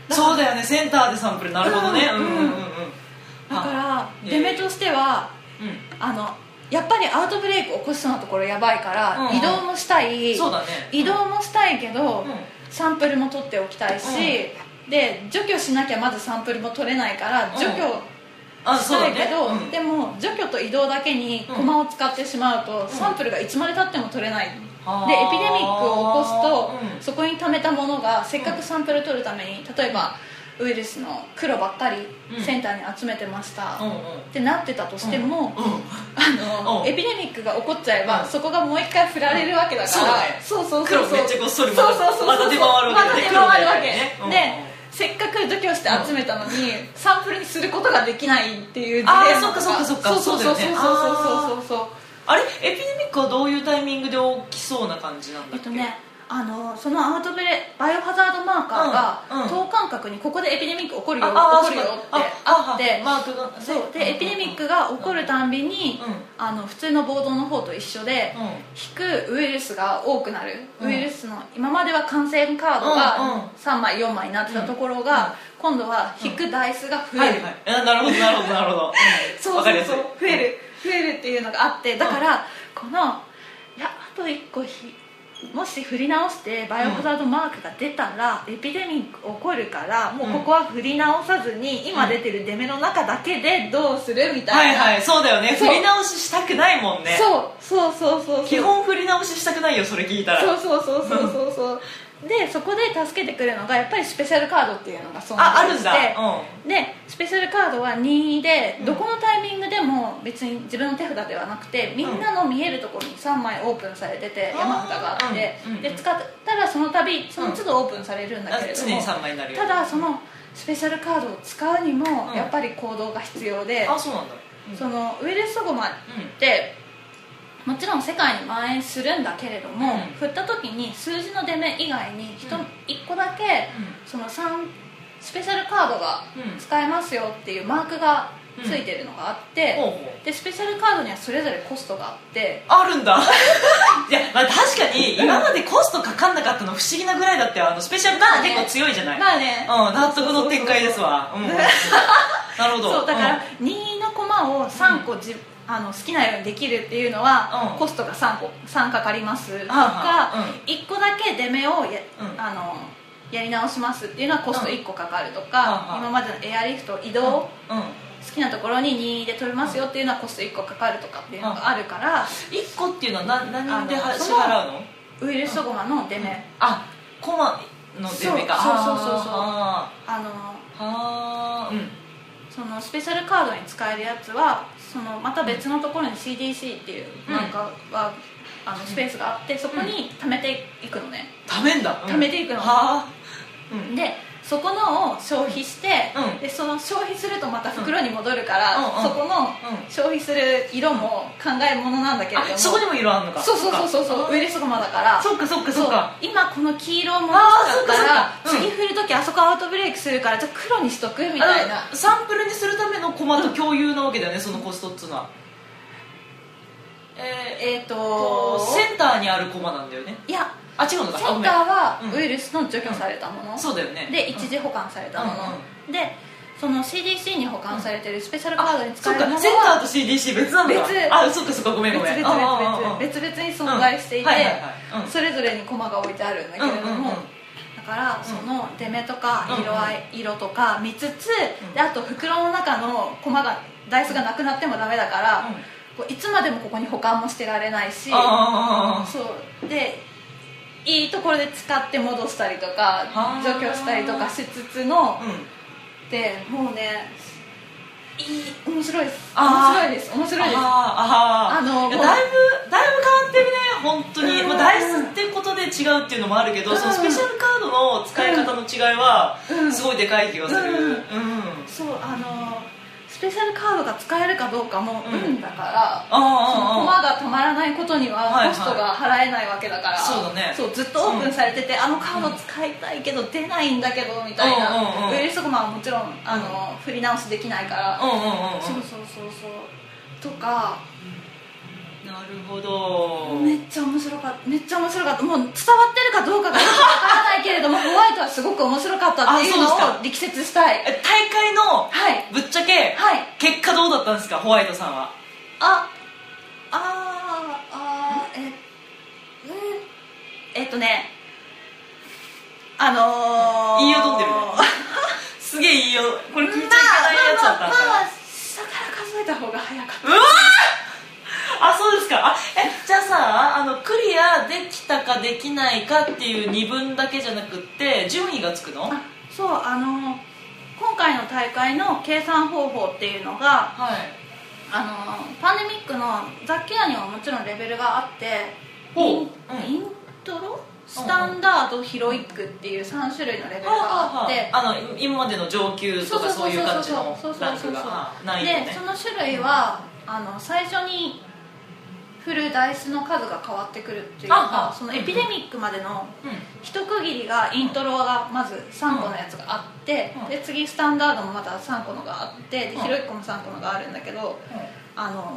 S1: あそうだよねセンターでサンプルなるほどね
S2: う
S1: うんんうんうんうん
S2: だか
S1: はあ
S2: ら
S1: えー
S2: 出目としては
S1: う
S2: あのやっぱりアウトブレイク起こしそうなところやばいから、
S1: うん
S2: 移動もしたい
S1: んそうだね
S2: 移動もしたいけど、
S1: うん
S2: サンプルも取っておきたいし、で除去しなきゃまずサンプルも取れないから
S1: うん
S2: 除去
S1: あ
S2: し
S1: そう
S2: た
S1: だ
S2: い
S1: ね
S2: けど、
S1: うん
S2: でも除去と移動だけに
S1: うん
S2: 駒を使ってしまうと、サンプルがいつまでたっても取れない、
S1: あー
S2: でエピデミックを起こすと、
S1: うん
S2: そこに溜めたものがせっかくサンプル取るために例えばウイルスの黒ばっかり
S1: うん
S2: センターに集めてました、
S1: うんうん
S2: ってなってたとしても、
S1: うん
S2: あの、
S1: うん
S2: エピデミックが起こっちゃえば、
S1: うん
S2: そこがもう一回振られるわけだから、
S1: そうだね
S2: そうそうそうそう
S1: 黒めっちゃごっそり
S2: そ
S1: ま
S2: う
S1: だ
S2: そうそうそう
S1: まだ出回るわけね
S2: まだ出回るわけ、
S1: 黒い
S2: で
S1: やつね
S2: せっかく除去して集めたのに、サンプルにすることができないっていう
S1: あー
S2: ジレンマと
S1: そっかそっかそっか
S2: そ
S1: そ
S2: うそう
S1: う
S2: そ
S1: だ
S2: う
S1: よね
S2: そうそうそうそうそう
S1: あれエピデミックはどういうタイミングで起きそうな感じなん
S2: え
S1: だっ
S2: っ
S1: け
S2: とねあのそのアウトブレバイオハザードマーカー
S1: うん
S2: が、
S1: うん
S2: 等間隔にここでエピデミック起こるよ起
S1: ああ
S2: こ
S1: そう
S2: るよっ
S1: か
S2: て
S1: あ
S2: あっ
S1: は
S2: て
S1: マークがね
S2: そう
S1: うんうん
S2: でエピデミックが起こるたんびに、
S1: うん
S2: あの普通の暴動の方と一緒で、
S1: うん
S2: 引くウイルスが多くなる、
S1: うん
S2: ウイルスの今までは感染カード
S1: うんうん
S2: が3枚4枚になってたところが、今度は引く台数が増
S1: は
S2: え
S1: い
S2: る、
S1: はいあなるほどなるほどなるほど
S2: そう
S1: わ
S2: そ
S1: か
S2: う
S1: りやす
S2: そ
S1: いう
S2: 増える増えるっていうのがあってだから、このいやあと1個ひもし振り直してバイオハザードマークが出たら、エピデミック起こるからもうここは振り直さずに今出てる出目の中だけでどうするみた
S1: はいい
S2: な、
S1: はいそうだよね
S2: そ
S1: 振
S2: う
S1: り直ししたくないもんね
S2: そうそうそうそうそう
S1: 基本振り直ししたくないよそれ聞いたら
S2: そうそうそうそうそうそうでそこで助けてくれるのがやっぱりスペシャルカードっていうのが存
S1: ああ
S2: 在
S1: るん
S2: して
S1: だうん
S2: でスペシャルカードは任意でどこのタイミングでも別に自分の手札ではなくてみんなの見えるところに3枚オープンされてて
S1: うん
S2: 山札があって
S1: うんうん
S2: で使ったらその度その都度オープンされるんだ
S1: あ
S2: けれど
S1: 常
S2: も
S1: に3枚になるよ
S2: ただそのスペシャルカードを使うにも
S1: うん
S2: やっぱり行動が必要で
S1: あそうなんだ
S2: そのウイルスゴマってもちろん世界に蔓延するんだけれども、
S1: うん
S2: 振った時に数字の出目以外に 1,、
S1: うん
S2: 一個だけその三スペシャルカードが
S1: うん
S2: 使えますよっていうマークがついてるのがあって、
S1: うんほうほう
S2: でスペシャルカードにはそれぞれコストがあって
S1: あるんだいや、まあ、確かに今までコストかかんなかったの不思議なぐらいだってあのスペシャルカード結構強いじゃない、
S2: まあね、
S1: うん納得の展開ですわうんなるほど
S2: そうだから
S1: ん
S2: 2の駒を3個じ、あの好きなようにできるっていうのは、
S1: うん
S2: コストが3個3かかりますと
S1: あは
S2: か、
S1: あうん
S2: 1個だけ出目をや,、
S1: うん
S2: あのやり直しますっていうのはコスト
S1: うん
S2: 1個かかると
S1: あ
S2: か、
S1: は
S2: 今までのエアリフト移動、好
S1: うん、うん
S2: きなところに任意で取れますよっていうのはコスト1個かかるとかっていうのがあるから、
S1: 1個っていうのは何何で
S2: あの
S1: は支
S2: そ
S1: 払
S2: の
S1: うの
S2: ウイルスゴマの出目、
S1: あコマの出目か
S2: そうそうそうそうそう
S1: あ
S2: あの
S1: ーはあうん
S2: そのスペシャルカードに使えるやつはそのまた別のところに CDC っていう
S1: うん
S2: なんかは、あのスペースがあってそこに貯めていくのね、
S1: 貯めんだ
S2: 貯めていくの
S1: はあうん
S2: でそこのを消費して、
S1: うん
S2: でその消費するとまた袋に戻るから、
S1: うんうん
S2: そこの消費する色も考えものなんだけれども、
S1: あそこにも色あんのか
S2: そうそうそうそう
S1: っ
S2: そう
S1: か
S2: ウイルスゴマだから
S1: そっかそっかそっか
S2: そう今この黄色を戻
S1: あー
S2: しちゃっ
S1: そ
S2: た
S1: っ
S2: ら
S1: かそっかう
S2: 次
S1: ん
S2: 振る時あそこアウトブレイクするからじゃあ黒にしとくみたいな
S1: あのサンプルにするためのコマと共有なわけだよねそのコストっつうのはえー
S2: えっ、と
S1: とセンターにあるコマなんだよね
S2: いや
S1: あ違うのか
S2: セ
S1: あご
S2: ン
S1: め
S2: タ
S1: ん
S2: ーは
S1: うん
S2: ウイルスの除去されたもの、
S1: そうだよね
S2: で一時保管されたもの、
S1: うん
S2: でその CDC に保管されてるスペシャルカードに
S1: あ
S2: 使
S1: そ
S2: え
S1: っ
S2: るも
S1: か
S2: のは
S1: センターと CDC 別なんだ
S2: 別
S1: あそっかそっかごめん
S2: 別
S1: ごめん
S2: 々
S1: ああああああ
S2: 別々別々に存在して
S1: う
S2: いて
S1: んはいはいはいうん
S2: それぞれにコマが置いてあるんだけれ
S1: う
S2: ども、
S1: んうんうん
S2: だからその出目とか
S1: うん
S2: 色合い、色とか見つつ、
S1: うん
S2: であと袋の中のコマがダイスがなくなってもダメだから、こういつまでもここに保管もしてられないし
S1: ああああああ
S2: そうでいいところで使って戻したりとか
S1: あー
S2: 除去したりとかしつつの、
S1: うん
S2: でもうねいい面白いです面
S1: あー
S2: 白いです面白いです
S1: あーあ
S2: あの
S1: のだいぶ
S2: もう
S1: だいぶ変わってるね本当に、
S2: うん
S1: まあ、ダイスってことで違うっていうのもあるけど、
S2: うん
S1: そのスペシャルカードの使い方の違いは
S2: うん
S1: すごいでかい気がする、
S2: うん
S1: うん
S2: そうあのスペシャルカードが使えるかどうかも
S1: うん
S2: 運だから、
S1: ああ
S2: そのコ
S1: ああ
S2: マがたまらないことに
S1: はいは
S2: はいコストが払えないわけだから、
S1: そうだね
S2: ずっとオープンされてて、あのカード使いたいけど出ないんだけどみたいな、
S1: うんうんうん
S2: ウイルスコマはもちろんあの、振り直しできないから、
S1: うんうんうん
S2: そう
S1: う
S2: そうそうそうとか
S1: んなるほど
S2: めっちゃ面白かっためっちゃ面白かったもう伝わってるかどうかがよくわからないけれ どもホワイトはすごく面白かったっていうの
S1: あそ
S2: を力説したい
S1: え大会の
S2: はい
S1: ぶっちゃけ、
S2: はい
S1: 結果どうだったんですかホワイトさんは
S2: ああーあーえええっとねあのー、
S1: 言いよどんでるね
S2: まあ
S1: すげえいいよこれ聞いちゃいけないやつだった
S2: まあまあ
S1: んだ、
S2: まあ下から数えた方が早かっ
S1: うわーあそうですかあえじゃあさあのクリアできたかできないかっていう二分だけじゃなくって順位がつくの
S2: た
S1: はい
S2: あそうあのー今回の大会の計算方法っていうのがあのーパンデミックの雑記屋にはもちろんレベルがあってイ
S1: ほううん
S2: ン,、イントロスタンダードヒロイックっていう3種類のレベルがあって、
S1: あの今までの上級とかそういう感じの
S2: そうそうそう
S1: ラン
S2: そう
S1: クが
S2: そう
S1: ないよ
S2: で
S1: ね
S2: その種類はあの最初に振るダイスの数が変わってくるっていう
S1: ああ
S2: かその
S1: うん
S2: エピデミックまでの
S1: うん
S2: 一区切りがイントロがまず3個のやつがあって
S1: うん
S2: で次スタンダードもまた3個のがあってで
S1: うん
S2: ヒロイックも3個のがあるんだけどあの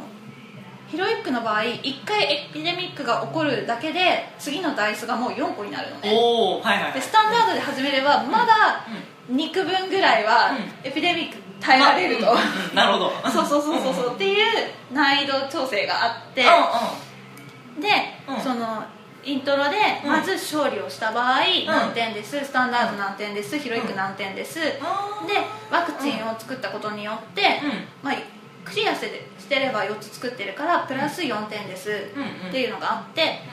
S2: ヒロイックの場合1回エピデミックが起こるだけで次のダイスがもう4個になるのね
S1: おおはいはいはい
S2: でスタンダードで始めればまだ
S1: うん
S2: 2区分ぐらいは
S1: う
S2: エピデミック耐えられると、
S1: あうんうんなるほど
S2: そうそうそうそうそうっていう難易度調整があって
S1: うん
S2: で、
S1: うん
S2: そのイントロで
S1: うん
S2: まず勝利をした場合
S1: ん
S2: 何点ですスタンダード何点ですヒロイック何点ですで
S1: うん
S2: ワクチンを作ったことによって、
S1: うん
S2: まあ、クリアしてしてれば4つ作ってるからプラス4点です
S1: うんうん
S2: っていうのがあって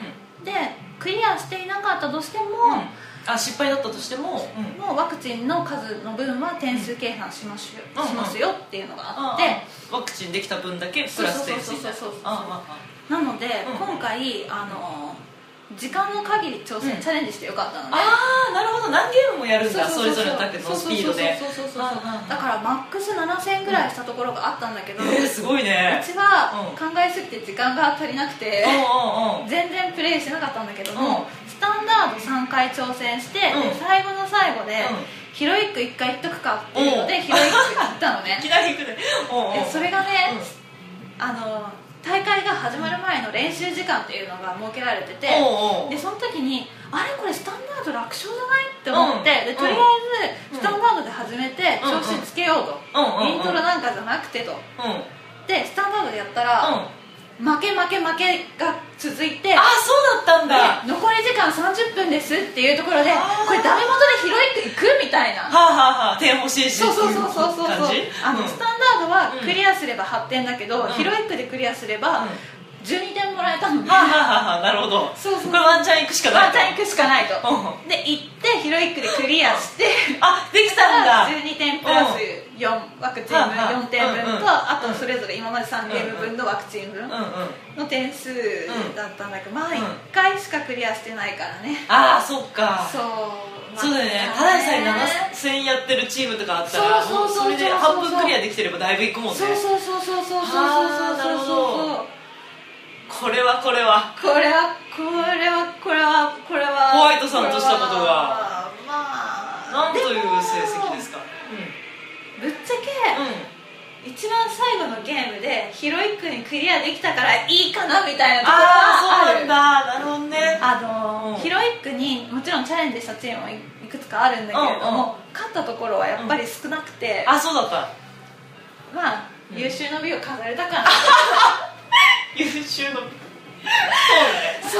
S2: でクリアしていなかったとしても、
S1: うんうんあ失敗だったとしてもうん
S2: もうワクチンの数の分は点数計算しましょ
S1: うん
S2: しますよっていうのがあ
S1: あ
S2: って、
S1: あワクチンできた分だけプラス点数
S2: そうそうそうそうそう
S1: ああああ
S2: なので、
S1: うん
S2: 今回あの時間の限り挑戦、
S1: うん
S2: チャレンジしてよかったので
S1: ああなるほど何ゲームもやるんだそれぞれのタクのスピードで
S2: そうそうそうそう
S1: うんうんうん
S2: だからマックス7000ぐらいしたところがあったんだけど、
S1: えー、
S2: う
S1: すごいね
S2: ちは
S1: うん
S2: 考えすぎて時間が足りなくて
S1: うんうんうん
S2: 全然プレイしてなかったんだけど
S1: う
S2: も、スタンダード3回挑戦して、で
S1: うん
S2: 最後の最後で、
S1: う
S2: ヒロイック1回いっとくかっていうので、
S1: うん
S2: ヒロイック行ったの
S1: い
S2: ね
S1: きなり行くねうんうん
S2: でそれがね、
S1: う
S2: あの大会が始まる前の練習時間っていうのが設けられてて
S1: んおうおう
S2: でその時にあれこれスタンダード楽勝じゃないって
S1: う
S2: 思って、
S1: ん
S2: でとりあえ
S1: うん
S2: ずスタンダードで始めて
S1: うん
S2: 調子つけようと、
S1: うんうん
S2: イントロなんかじゃなくてと
S1: うんうん
S2: でスタンダードでやったら、
S1: あ
S2: 負け負け負けが続い
S1: そ
S2: て
S1: うだったん
S2: で
S1: だ
S2: 残り時間30分ですっていうところで
S1: あー
S2: これダメ元でヒロイック行くみたいな
S1: はあはあはあ点欲しいし
S2: そうそうそうそうそう
S1: 感じ
S2: あの、
S1: うん
S2: スタンダードはクリアすれば8点だけど、
S1: うん
S2: ヒロイックでクリアすれば
S1: うん
S2: 12点もらえたので、
S1: はあはあはあなるほど
S2: そうそうそう
S1: これワンチャン行くしかない
S2: ワンチャン行くしかないと、
S1: う
S2: で行ってヒロイックでクリアして
S1: あできたんだ
S2: 12点プラス4ワクチン分
S1: うんうん
S2: 4点分
S1: うんうん
S2: とあとそれぞれ今まで3ゲーム分のワクチン分
S1: うんうん
S2: の点数だったんだけどまあ
S1: うん
S2: 1回しかクリアしてないからね
S1: ああそっか
S2: そう
S1: そうだよねただでさえ7000やってるチームとかあったら
S2: そうそうそうそう
S1: もれで半分クリアできてればだいぶいくもんね
S2: そうそうそうそうそうそうそう
S1: あーなる
S2: そ
S1: ほ
S2: うそう
S1: どこれはこれは
S2: これはこれはこれはこれは
S1: ホワイトさんとしたことが
S2: これはまあ
S1: なんという成績ですすか
S2: ぶっちゃけ、
S1: うん
S2: 一一番最後のゲームでヒロイ君クリアできたからいいかなみたいなところ
S1: ああ
S2: はあ
S1: そうな
S2: る
S1: んだなるほどね
S2: あのー
S1: うん
S2: ヒロイックにもちろんチャレンジしたチームもいくつかあるんだけれども、
S1: うんうん
S2: 勝ったところはやっぱり少なくて、
S1: あそうだった
S2: まあ優秀の美を飾れたから、
S1: 優秀の
S2: そう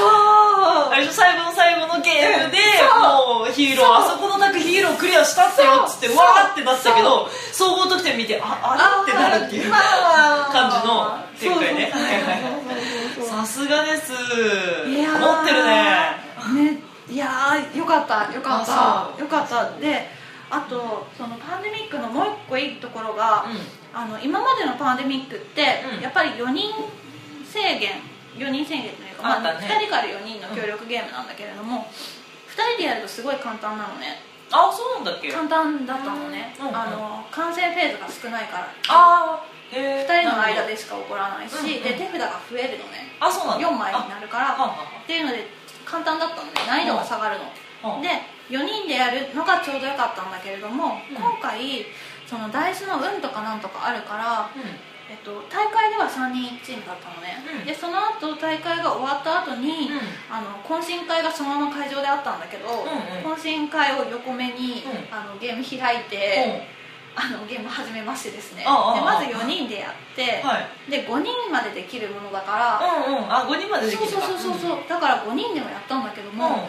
S1: あれでしょ最後の最後のゲームでもうヒーロー
S2: そう
S1: あそこのなんかヒーロークリアしたってよっつって
S2: そう
S1: わーってなってたけど総合得点見てああれってなるっていう
S2: まあ
S1: 感じの展開ね
S2: そうそうそうそう
S1: さすがです持
S2: いやー
S1: ってるね
S2: ねいやーよかったよか
S1: あ
S2: っ
S1: そう
S2: たよかったであとそのパンデミックのもう一個いいところが、あの今までのパンデミックって、
S1: うん
S2: やっぱり4人制限4人制限という
S1: あ
S2: か、
S1: っ
S2: ま
S1: た
S2: あ、
S1: ね
S2: 2人から4人の協力ゲームなんだけれども、2人でやるとすごい簡単なのね
S1: あそうなんだっけ
S2: 簡単だったのね、
S1: うんうん
S2: あの感染フェーズが少ないから
S1: あーへー
S2: 2人の間でしか起こらないし、
S1: うんうん
S2: で手札が増えるのね
S1: あそうなんだ
S2: 4枚になるから
S1: あはあはあ
S2: っていうので簡単だったのね難易度が下がるの、
S1: あ
S2: で4人でやるのがちょうどよかったんだけれども、
S1: うん
S2: 今回そのダイスの運とかなんとかあるから、
S1: うん
S2: えっと、大会では3人1チームだったのね、
S1: うん
S2: でその後大会が終わった後に、
S1: うん
S2: あの懇親会がそのまま会場であったんだけど、
S1: んうん
S2: 懇親会を横目に、
S1: うん
S2: あのゲーム開い
S1: うん
S2: て、あのゲーム始めましてですねで
S1: ああああ
S2: まず4人でやって、
S1: はい
S2: で5人までできるものだから、
S1: うんうんあ五人まででき
S2: そう
S1: る
S2: そうそうそうそうだから5人でもやったんだけど
S1: うん
S2: も、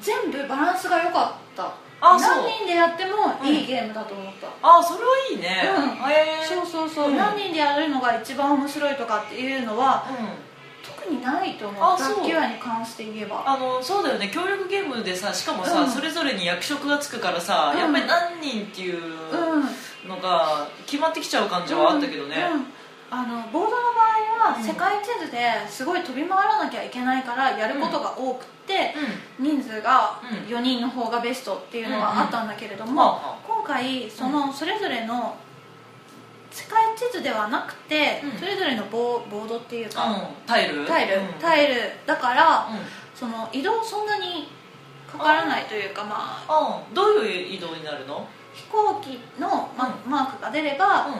S2: 全部バランスが良かった
S1: あ
S2: 何
S1: そう
S2: 人でやってもいいゲームだと思った、
S1: あそれはいいね
S2: うん
S1: へー
S2: そうそうそう、
S1: うん
S2: 何人でやるのが一番面白いとかっていうのは
S1: うん
S2: 特にないと思う
S1: あそう
S2: 楽器屋に関して言えば
S1: あのそうだよね協力ゲームでさしかもさ、
S2: うん
S1: それぞれに役職がつくからさ、
S2: うん
S1: やっぱり何人っていう
S2: うん
S1: のが決まってきちゃう感じはあったけどね、
S2: うんうんあのボードの場合は
S1: うん
S2: 世界地図ですごい飛び回らなきゃいけないからやることが多くて、人数が
S1: うん
S2: 4人の方がベストっていう
S1: う
S2: の
S1: んうん
S2: はあったんだけれども、
S1: は
S2: 今回そのそれぞれの世界地図ではなくて、
S1: うん
S2: それぞれのボーボードっていう
S1: あ
S2: か、
S1: うんタイル
S2: タイル、
S1: うん
S2: タイルだから、
S1: うん
S2: その移動そんなにかからないというかまあ
S1: あどういう移動になるの、
S2: 飛行機のマ,、マークが出れば、
S1: うん、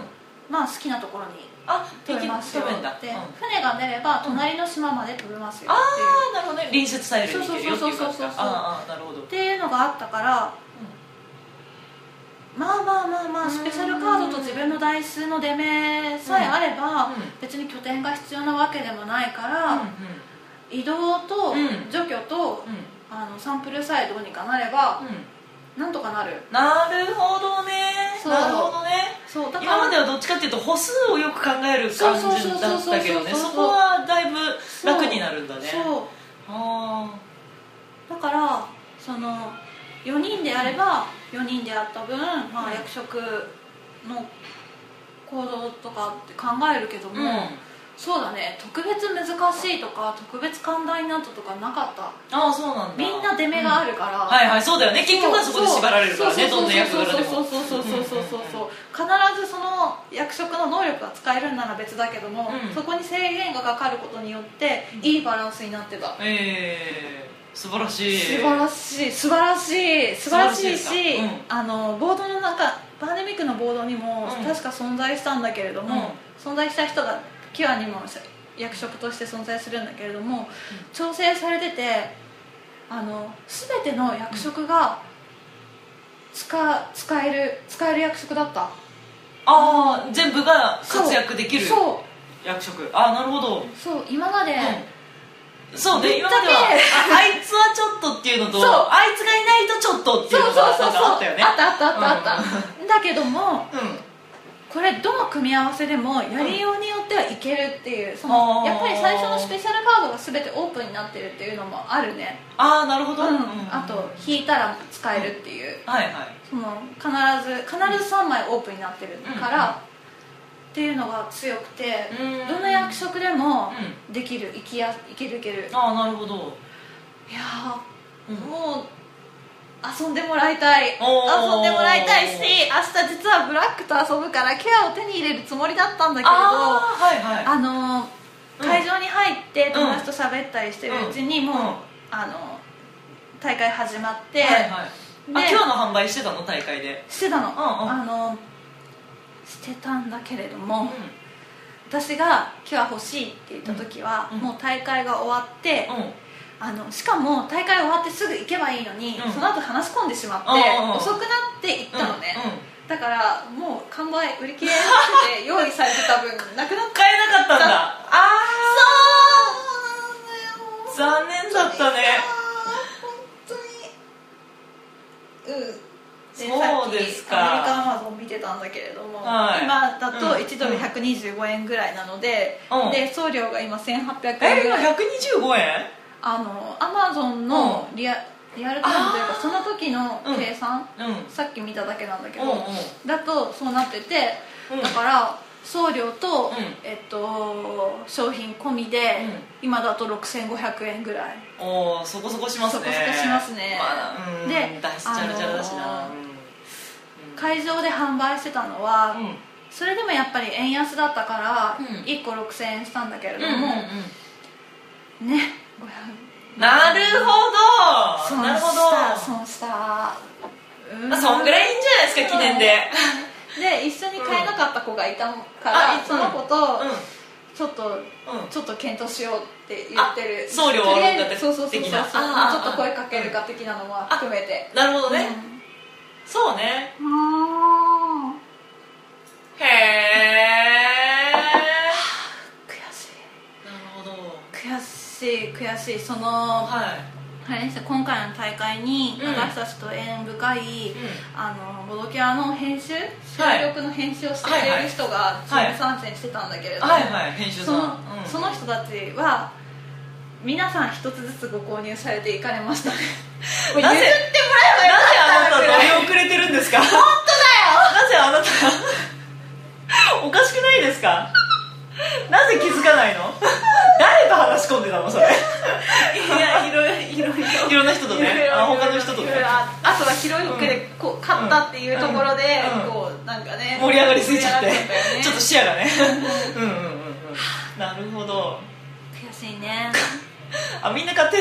S2: まあ好きなところに
S1: あ
S2: 飛べますよ
S1: 飛べんだ、
S2: で、
S1: うんあ
S2: 船が出れば隣の島まで飛べますよ
S1: あ
S2: っ
S1: ーな
S2: ていう
S1: るほどね隣接タイルに行けるよっていう
S2: そうそ
S1: 感
S2: う
S1: じ
S2: そうそうそう
S1: かあーあーなるほど、うん
S2: っていうのがあったからまあまあまあま
S1: うん
S2: あスペシャルカードと自分の台数の出目さえあれば、
S1: うん
S2: 別に拠点が必要なわけでもないから、
S1: う
S2: 移動と
S1: うん
S2: 除去と、
S1: んうん
S2: あのサンプルさえどうにかなれば、
S1: うんうん
S2: なんとかなる
S1: なるほどね
S2: そう
S1: なるほどね
S2: そうだから
S1: 今まではどっちかっていうと歩数をよく考える感
S2: そうそう
S1: じ
S2: そう
S1: だ
S2: そう
S1: ったけどね
S2: そうそ
S1: そう
S2: そう
S1: こはだいぶ楽になるんだね
S2: そう
S1: あ
S2: だからその4人であれば4人であった分、ま
S1: う
S2: あ、
S1: ん
S2: 役職の行動とかって考えるけど
S1: あ
S2: も、
S1: うんあ
S2: そうだね特別難しいとか特別寛大なととかなかった
S1: あそうなんだ
S2: みんな出目があるから、
S1: はいはいそうだよね結局はそこで縛られるからね
S2: そう
S1: どんな役柄で
S2: そ
S1: も
S2: うそうそうそうそう
S1: う
S2: そう
S1: んうんうん
S2: そう必ずその役職の能力が使えるんなら別だけども、
S1: うん
S2: そこに制限がかかることによって
S1: うん
S2: いいバランスになってた、
S1: ええ素晴らしい
S2: 素晴ら
S1: しい
S2: しい素晴らしい素晴らしい
S1: 素
S2: し
S1: 晴らしいです
S2: あのボードの中パンデミックのボードにも
S1: うん
S2: 確か存在したんだけれども、存在した人がキュアにも役職として存在するんだけれども、調整されててあの全ての役職が使,、使える使える役職だった
S1: ああ全部が
S2: そう
S1: 活躍できる
S2: そ
S1: 役職ああなるほど
S2: うそう今まで、
S1: うんそうね
S2: ぶっち
S1: 今
S2: ゃ
S1: ま
S2: け
S1: ではああいつはちょっとっていうのと
S2: そう
S1: あいつがいないとちょっとって
S2: そ
S1: いうう
S2: そ
S1: の
S2: う
S1: が
S2: そう
S1: なん
S2: そう
S1: かあったよね
S2: あったあったあったあった、だけども
S1: うん
S2: これどの組み合わせでもやりようによってはいけるっていうその
S1: あー
S2: やっぱり最初のスペシャルカードが全てオープンになってるっていうのもあるね
S1: ああなるほ
S2: う
S1: ど、
S2: ん、あと引いたら使えるっていう、
S1: はいはい
S2: その必ず必ず3枚オープンになってるから、っていうのが強くて、
S1: うん
S2: どんな役職でも
S1: う
S2: できる、いきやいけるいけるいや
S1: ああなるほど、うん
S2: ーもう遊んでもらいたい遊
S1: おー
S2: んでもらいたいし明日実はブラックと遊ぶからケアを手に入れるつもりだったんだけれどあ
S1: ああはいはいう
S2: の
S1: ん
S2: ー会場に入って友達と喋ったりしてるうちに、
S1: うん
S2: もう、
S1: うん
S2: あの大会始まって、
S1: はいはいあ
S2: で
S1: 今日の販売してたの大会で
S2: してたの,、
S1: うんうん
S2: あのしてたんだけれども、私が「今日は欲しい」って言った時は、
S1: うんうん
S2: もう大会が終わって、
S1: うん
S2: あのしかも大会終わってすぐ行けばいいのに、
S1: うん
S2: その後話し込んでしまって、
S1: うんうんうん
S2: 遅くなって行ったのね、
S1: うんうん
S2: だからもう完売売り切れなく て用意されてた分なくなっ
S1: 買えなかったんだああ
S2: そう
S1: 残念だったね
S2: 本当にうん
S1: そうですか
S2: さっきアメリカアマゾン見てたんだけれども、
S1: はい
S2: 今だと
S1: うん
S2: 1ドル125円ぐらいなので、
S1: うん
S2: で送料が今1800円ぐ
S1: え今
S2: らい
S1: 125円
S2: あのアマゾンのリア,、リアルタイムというか
S1: あー
S2: その時の計算、
S1: うん
S2: さっき見ただけなんだけど、
S1: うんうん
S2: だとそうなってて、
S1: うん
S2: だから送料と、
S1: うん
S2: えっと、商品込みで、
S1: うん
S2: 今だと6500円ぐらい
S1: おーそこそこしますね
S2: そこそこしますね
S1: まあ、うん
S2: で
S1: だしちゃらちゃらだしな、
S2: あのー
S1: うん
S2: 会場で販売してたのは、
S1: うん
S2: それでもやっぱり円安だったから、
S1: うん
S2: 1個6000円したんだけれど
S1: うんうん
S2: も、ね
S1: うんなるほ
S2: 500
S1: どな
S2: 円
S1: るほ
S2: 損した
S1: ど
S2: 損したう
S1: あそんぐらいいいんじゃないですか記念で
S2: で一緒に買えなかった子がいたか
S1: うん
S2: ら、
S1: あ
S2: その子
S1: うん
S2: と
S1: うん
S2: ちょっと、ちょっと検討しようって言ってる
S1: あ送料
S2: とりあえず
S1: だって
S2: そうそうそうそう
S1: 的
S2: そう
S1: な
S2: そう
S1: ああ
S2: ちょっと声かけるか的なのは含めて
S1: なるほどね、そうね
S2: うんあ
S1: へえ
S2: ー悔しい
S1: なるほど
S2: 悔しい悔しいその
S1: はい
S2: あれですね今回の大会に
S1: うん
S2: 私たちと縁深い、あのボドキュアの編集
S1: はい
S2: 収録の編集をしてくれる人がチ
S1: はい
S2: ーム参戦してたんだけれども、
S1: はいはい編集さ
S2: そ
S1: んう
S2: の
S1: ん
S2: その人たちは皆さん一つずつご購入されていかれましたねもう譲
S1: な
S2: っ
S1: ぜ
S2: て
S1: なん
S2: もらえばよ
S1: であなた
S2: かったぐら
S1: 乗
S2: い
S1: り遅れてるんですか本当だよなぜあなたおかしくないですかなぜ気づかないの誰と話し込んでたのそれ
S2: いやいろいろいろ
S1: いろんな人とねあ他の人と
S2: い
S1: ね
S2: ろいろああとは広い服でこう勝ったっていうところで、
S1: うん
S2: こうなんかね
S1: 盛り上がりすぎちゃって
S2: 盛り上がたよね
S1: ちょっと視野 がねうんうんうんうんなるほど
S2: 悔しいね
S1: あみんな買って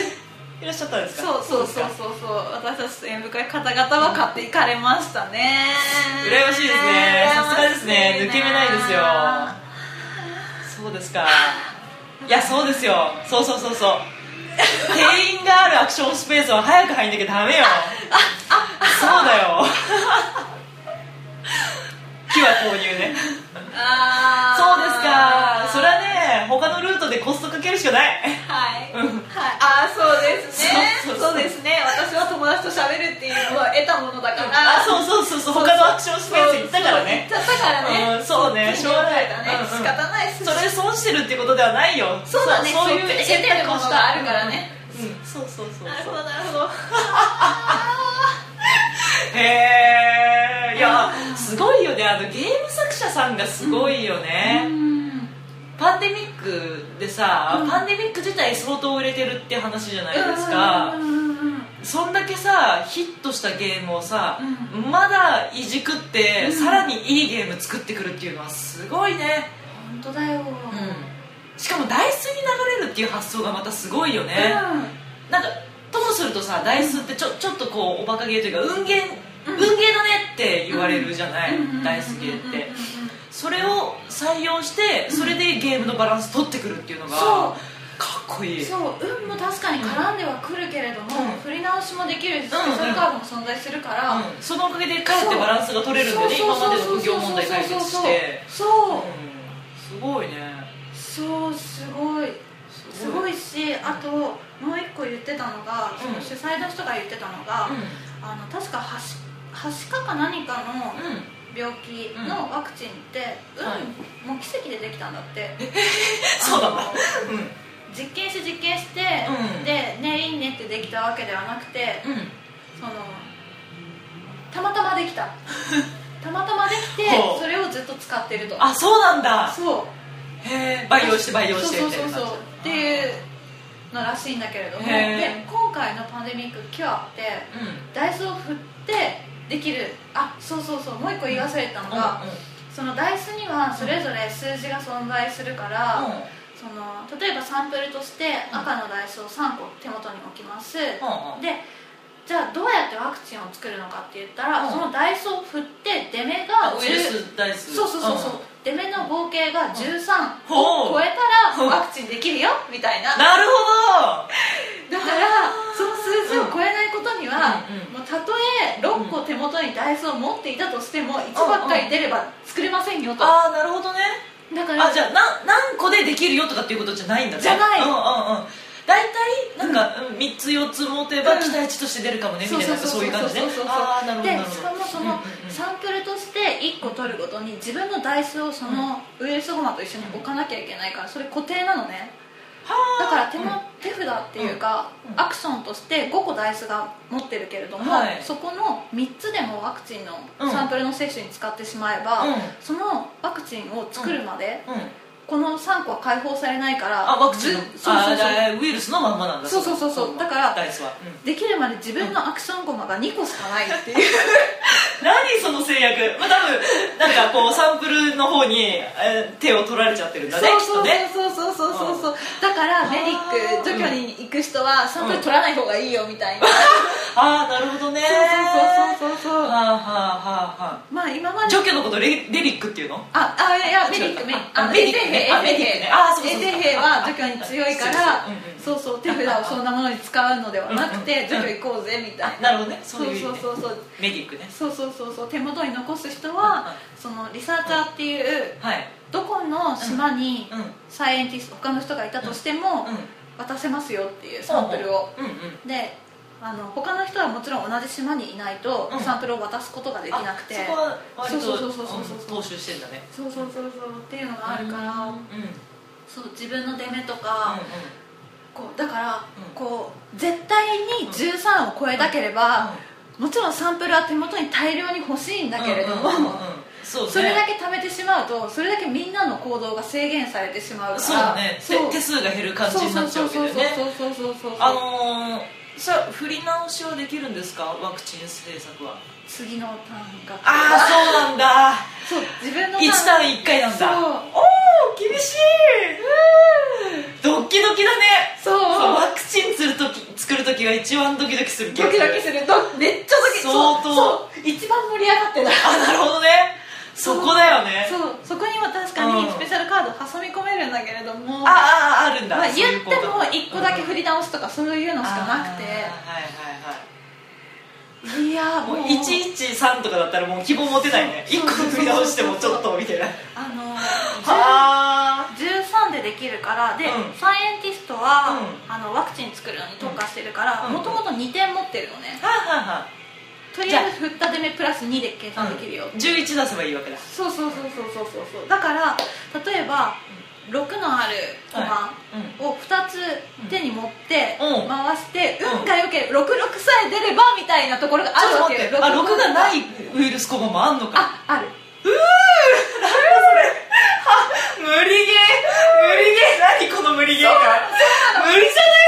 S1: いらっしゃったんですか
S2: そうそうそうそうそう私たちと縁深い方々は買っていかれましたね
S1: 羨ましいですねさすがですね抜け目ないですよそうですかいやそうですよそうそうそうそう店員があるアクションスペースは早く入んなきゃダメよそうだよ木は購入ね
S2: あ
S1: そうですかそれはね他のルートでコストかけるしかない
S2: はい、
S1: うん
S2: はい、ああそうですね
S1: そうそうそう
S2: そうですね私は友達と喋るっていうのは得たものだから
S1: あそうそうそうそう他のアクションスペース行ったからね
S2: そう行っちゃったからね、
S1: うんそうねしょうがない
S2: だね、
S1: うんうん
S2: 仕方ないです
S1: それ損してるってことではないよ
S2: そうだね
S1: そういう
S2: そう得てるものがあるからね
S1: うん、うんそうそうそうそう
S2: なるほどなるほど
S1: へえいやすごいよねあのゲーム作者さんがすごいよね、
S2: うん
S1: パンデミックでさ、
S2: うん
S1: パンデミック自体相当売れてるって話じゃないですか、
S2: うんうんうんうん
S1: そんだけさヒットしたゲームをさ、
S2: う
S1: まだいじくって、
S2: うん
S1: さらにいいゲーム作ってくるっていうのはすごいね、
S2: 本当だよ、うん
S1: しかもダイスに流れるっていう発想がまたすごいよね、なんかともするとさダイスってちょちょっとこうおバカゲーというか運ゲー運ゲーだねって言われるじゃない、ダイスゲーってそれを採用してそれでゲームのバランス取ってくるっていうのが
S2: そ
S1: かっこいい
S2: そう運も確かに絡んではくるけれども、
S1: うん
S2: 振り直しもできるし、スペ
S1: う
S2: シ
S1: んうん
S2: ャルカードも存在するから、
S1: うんそのおかげでかえってバランスが取れるんだよね
S2: そう
S1: 今
S2: そ
S1: まで
S2: う
S1: の
S2: そう
S1: 不
S2: そう
S1: 況問題解決して
S2: そううん
S1: すごいね
S2: そうすごいすごいしあともう一個言ってたのが、その主催の人が言ってたのが、
S1: う
S2: あの確かはしはしかか何かの
S1: んうん
S2: 病気のワクチンって、
S1: うんはい
S2: 運も奇跡でできたんだって、
S1: そうなんだ
S2: あの
S1: うんうん
S2: 実験して実験して、
S1: うん
S2: でねいいねってできたわけではなくて、そのたまたまでき たたまたまできて
S1: ほう
S2: それをずっと使ってると
S1: あそうなんだ
S2: そう
S1: へえ培養して培養して
S2: そ
S1: み
S2: う
S1: た
S2: そう
S1: いな
S2: そう
S1: 感
S2: そう
S1: じ
S2: っていうのらしいんだけれども
S1: へー
S2: で今回のパンデミックキュアって
S1: うん
S2: ダイスを振ってできるあそうそうそうもう一個言い忘れてたのが、
S1: うんうん
S2: そのダイスにはそれぞれ数字が存在するから、
S1: うん
S2: その例えばサンプルとして
S1: うん
S2: 赤のダイスを3個手元に置きます、
S1: うんうん
S2: でじゃあどうやってワクチンを作るのかって言ったら、
S1: うん
S2: そのダイスを振って出目が
S1: ウイル
S2: 10
S1: スダイス
S2: そうそうそうそう、出目の合計が13を
S1: ほう
S2: 超えた
S1: ほう
S2: らワクチンできるよみたいな
S1: うん
S2: だか
S1: なるほ
S2: らその数字を超えないことには、
S1: うん
S2: もうたとえ6個手元にダイスを持っていたとしても1ばっかり出れば作れませんよと
S1: どああなるほどね
S2: だから
S1: あじゃあな何個でできるよとかっていうことじゃないんだね
S2: じゃない
S1: うんうんうん大体なんかうん3つ4つ持てば
S2: うん
S1: 期待値として出るかもねみ
S2: そう
S1: たい
S2: そう
S1: な
S2: そう
S1: そういう感じね
S2: そうそうそう
S1: ああなるほど
S2: で
S1: なるほど
S2: しかもそのサンプルとして1個取るごとに自分のダイスをそのウイルスゴマと一緒に置かなきゃいけないからそれ固定なのねだから手,、
S1: も
S2: 手札っていうか、
S1: うん
S2: アクションとして5個ダイスが持ってるけれども、
S1: はい
S2: そこの3つでもワクチンの
S1: うん
S2: サンプルの接種に使ってしまえば、
S1: うん
S2: そのワクチンを作るまで、
S1: うん
S2: この3個は解放されないから
S1: あワクチンの
S2: ずそうそうそう
S1: あウイルスのまんまなんだ
S2: そうそうそうそうだから
S1: ダイスはうん
S2: できるまで自分のアクションゴマが2個しかないっていう
S1: 何その制約、まあ、多分なんかこうサンプルの方にえー手を取られちゃってるんだねきっ
S2: そ
S1: と
S2: う
S1: ね
S2: そうそうそうそうそうそうだからメディック除去に行く人はサンプル取らない方がいいよみたいな、
S1: ああなるほどね
S2: そう
S1: うそうそう
S2: そうそうそうそう
S1: はあはあはあは
S2: まあ今ま
S1: あ
S2: で
S1: 除去のことレレリックっていうの
S2: ああいやメディックメディック
S1: あ
S2: あ
S1: メディックね
S2: 衛生兵
S1: あメディックねあそうそう
S2: 衛
S1: そう
S2: 生兵は除去に強いから
S1: そ
S2: そうそう手札をそんなものに使うのではなくて
S1: うんう
S2: 除
S1: ん
S2: 去行こうぜみたい
S1: な
S2: な
S1: るほどねそういう意味
S2: そ
S1: ね
S2: うそうそうそう
S1: メディックね
S2: そうそうそうそう手元に残す人はそのリサーチャーっていう
S1: はい
S2: どこの島に
S1: うんうん
S2: サイエンティスト他の人がいたとしても渡せますよっていうサンプルを
S1: うんうん
S2: であの他の人はもちろん同じ島にいないと
S1: うん
S2: サンプルを渡すことができ
S1: あ
S2: なくて、
S1: そこは割と
S2: そううそうそうそうそうん
S1: 踏襲してんだね
S2: そうそうそうそうっていうのがあるから、
S1: うんうんうん
S2: そう自分の出目とか、こうだから、
S1: うん
S2: こう絶対に13を超えたければ、もちろんサンプルは手元に大量に欲しいんだけれども、
S1: うんうんうんうんそうね
S2: それだけ貯めてしまうとそれだけみんなの行動が制限されてしまうから
S1: そうだね
S2: そう
S1: 手手数が減る感じ
S2: そう
S1: になっちゃ
S2: そうう
S1: わけ
S2: そ
S1: だ
S2: う
S1: よ
S2: そう
S1: ね
S2: そうそうそう
S1: あのーそれは振り直しはできるんですかワクチン政策は
S2: 次のターンが
S1: ああそうなんだ
S2: そう自分の
S1: 1
S2: ターン
S1: 単位1回なんだ
S2: そう
S1: おお厳しいドッキドキだね
S2: そう
S1: そうワクチンするとき作るときが一番ドキドキする
S2: ドキドキするどめっちゃドキ
S1: 相当
S2: そうそう一番盛り上がってた
S1: あなるほどねそこだよね
S2: そうそこには確か
S1: う
S2: に
S1: ん
S2: スペシャルカード挟み込めるんだけれども
S1: あああるんだ、
S2: まあ、
S1: そうい
S2: 言
S1: う
S2: って
S1: こと
S2: も一個だけ振り直すとかそういう
S1: う
S2: の
S1: ん
S2: しかなくて
S1: あーはい
S2: いやー
S1: はい
S2: も
S1: は
S2: う
S1: いはいもう113とかだったらもう希望持てないね
S2: そう
S1: 1個振り直してもちょっとみたいな
S2: あの
S1: はあ
S2: 13でできるからで、
S1: うん
S2: サイエンティストは、
S1: う
S2: あのワクチン作るのに特化してるから
S1: うん
S2: もともと2点持ってるのね
S1: はあはあはあ
S2: とりあえず振った出目プラス2で計算できるよ、
S1: 11出せばいいわけだ
S2: そうそうそうそうそうそうそうだから例えば6のあるコマを2つ手に持って
S1: うん
S2: 回して、
S1: うん
S2: 運が良ければ66さえ出ればみたいなところがあ
S1: ちょ
S2: る
S1: っ
S2: わ
S1: と待ってあ6
S2: けよ
S1: がないいウイルスコマもあんのか
S2: あある
S1: 無理ゲー無理ゲー何この無理ゲーか無理じゃない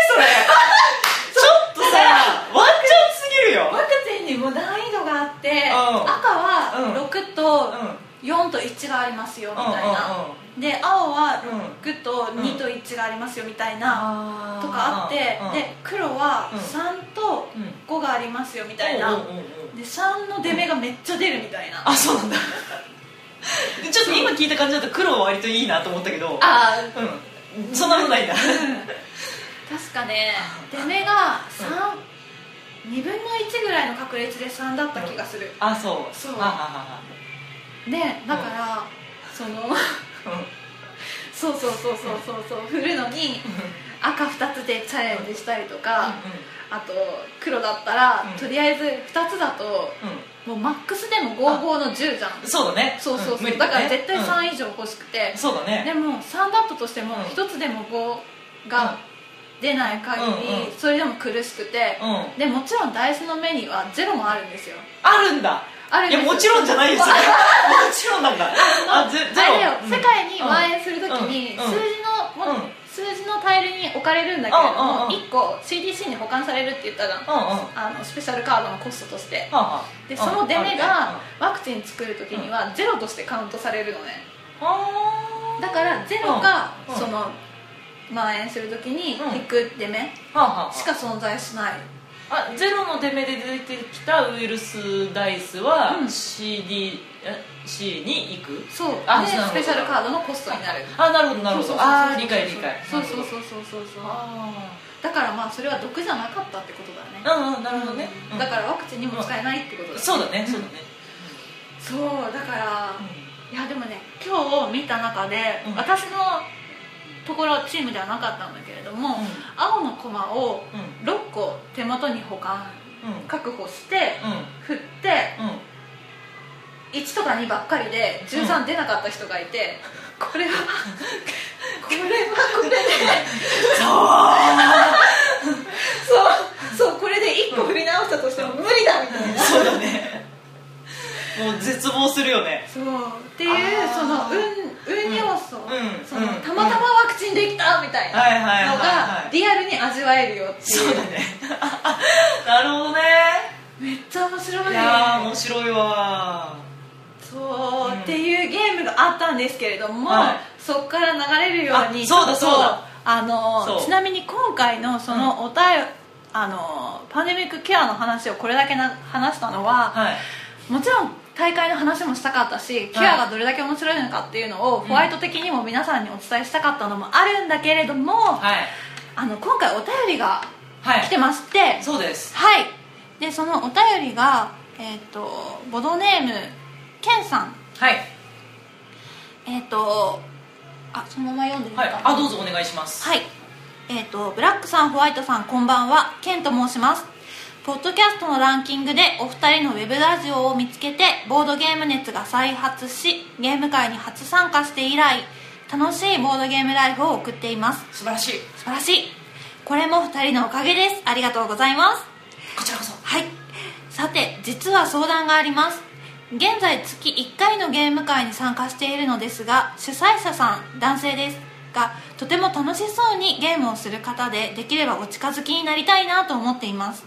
S1: それ ちょっとさワンチャンすぎるよ
S2: ワクチンにも難易度があって、
S1: ん
S2: 赤は6と
S1: う
S2: 4と1がありますよみ
S1: んうんうん
S2: たいな、
S1: うん
S2: で青は
S1: うん
S2: 6と2と1がありますよみたいな、
S1: あー
S2: とかあって、で黒は
S1: うん
S2: 3と
S1: うん
S2: 5がありますよみたいな、
S1: うんうんうんうん
S2: で3の出目がめっちゃ出るみたいな、あ
S1: あそうなん だちょっと今聞いた感じだと黒は割といいなと思ったけど
S2: あー
S1: うんそんなことないんだ
S2: 確かね出目が三2分の1ぐらいの確率で3だった気がする、
S1: あそう
S2: そう
S1: はあはあは
S2: でだから、その
S1: あうん
S2: そうそうそうそうそうそう振るのに赤2つでチャレンジしたりとか、あと黒だったら、
S1: うん
S2: とりあえず2つだと
S1: うんうん
S2: もうマックスでも55の10じゃん
S1: そうだね
S2: そうそうそ
S1: ん
S2: う、
S1: 無理
S2: だ
S1: ね
S2: から絶対
S1: うん
S2: 3以上欲しくて、
S1: そうだね
S2: でも3だったとしても
S1: うん
S2: 1つでも5が出ない限
S1: うんうん
S2: りそれでも苦しくて
S1: うん
S2: でもちろんダイスの目にはゼロもあるんですよ
S1: あるんだ
S2: ある
S1: いやもちろんじゃないです よもちろんなんだあぜ
S2: あれだよ
S1: うん
S2: 世界に蔓延するときに
S1: うん
S2: 数字の
S1: うん
S2: も数字のタイルに置かれるんだけれど
S1: うんうんうん
S2: も1個 CDC に保管されるって言ったじゃん
S1: うんうんは
S2: あのスペシャルカードのコストとして
S1: あはあ
S2: でその出目
S1: うん
S2: がワクチン作るときにはゼロとしてカウントされるのね
S1: あ
S2: だからゼロが
S1: うんうん
S2: その蔓延するときに
S1: うん
S2: 引く出目
S1: ーはあはあ
S2: しか存在しない
S1: あゼロの手目で出てきたウイルスダイスは
S2: うん
S1: CD、え C に行く
S2: そう
S1: あ
S2: で
S1: そうなの
S2: スペシャルカードのコストになる
S1: あなるほどなるほ
S2: そ
S1: ど
S2: うそうそうそう
S1: ああ理解理解
S2: そうそ
S1: う
S2: うそうそうそうそう
S1: あ
S2: だからまあそれは毒じゃなかったってことだね
S1: あうんうんなるほどね、うん
S2: だからワクチンにも使えないってことだ、ね
S1: そうだねそうだね、
S2: そうだから、
S1: う
S2: いやでもね今日見た中で、
S1: うん
S2: 私のところチームではなかったんだけれども、
S1: うん
S2: 青の駒を
S1: ん
S2: 6個手元に保管
S1: うん
S2: 確保して、
S1: うん
S2: 振って
S1: うん
S2: 1とか2ばっかりで13出なかった人がいて、これはこれはこれでそうそうこれで1個振り直したとしても無理だみたいな
S1: そうだねもう絶望するよね
S2: そうっていう
S1: あー
S2: その運運要素、
S1: うんうん
S2: その
S1: うん
S2: たまたまワクチンできたみたいな
S1: はいはいはい
S2: の
S1: は
S2: が
S1: い
S2: リアルに味わえるよっていう
S1: そうだねなるほどね
S2: めっちゃ面白い
S1: いやー面白いわ
S2: そう、
S1: うん
S2: っていうゲームがあったんですけれども、
S1: はい
S2: そこから流れるように
S1: あそうだ
S2: ちょっ
S1: そ
S2: と
S1: うだ
S2: あの
S1: そう
S2: ちなみに今回のそのおたえ、あのパンデミックケアの話をこれだけな話したのは、
S1: はい
S2: もちろん大会の話もしたかったしケアがどれだけ面白いのかっていうのをホワイト的にも皆さんにお伝えしたかったのもあるんだけれども、
S1: はい
S2: あの今回お便りが
S1: は
S2: 来て
S1: い
S2: ましてはい、
S1: そうです
S2: でそのお便りが、えっとボドネームケンさん
S1: はい
S2: えっ、とあそのまま読んでみ
S1: はい
S2: か
S1: あどうぞお願いします
S2: はい、えっ、とブラックさんホワイトさんこんばんはケンと申しますポッドキャストのランキングでお二人のウェブラジオを見つけてボードゲーム熱が再発しゲーム界に初参加して以来楽しいボードゲームライフを送っています
S1: 素晴らしい
S2: 素晴らしいこれも二人のおかげですありがとうございます
S1: こちらこそ
S2: はいさて実は相談があります現在月1回のゲーム会に参加しているのですが主催者さん男性ですがとても楽しそうにゲームをする方でできればお近づきになりたいなと思っています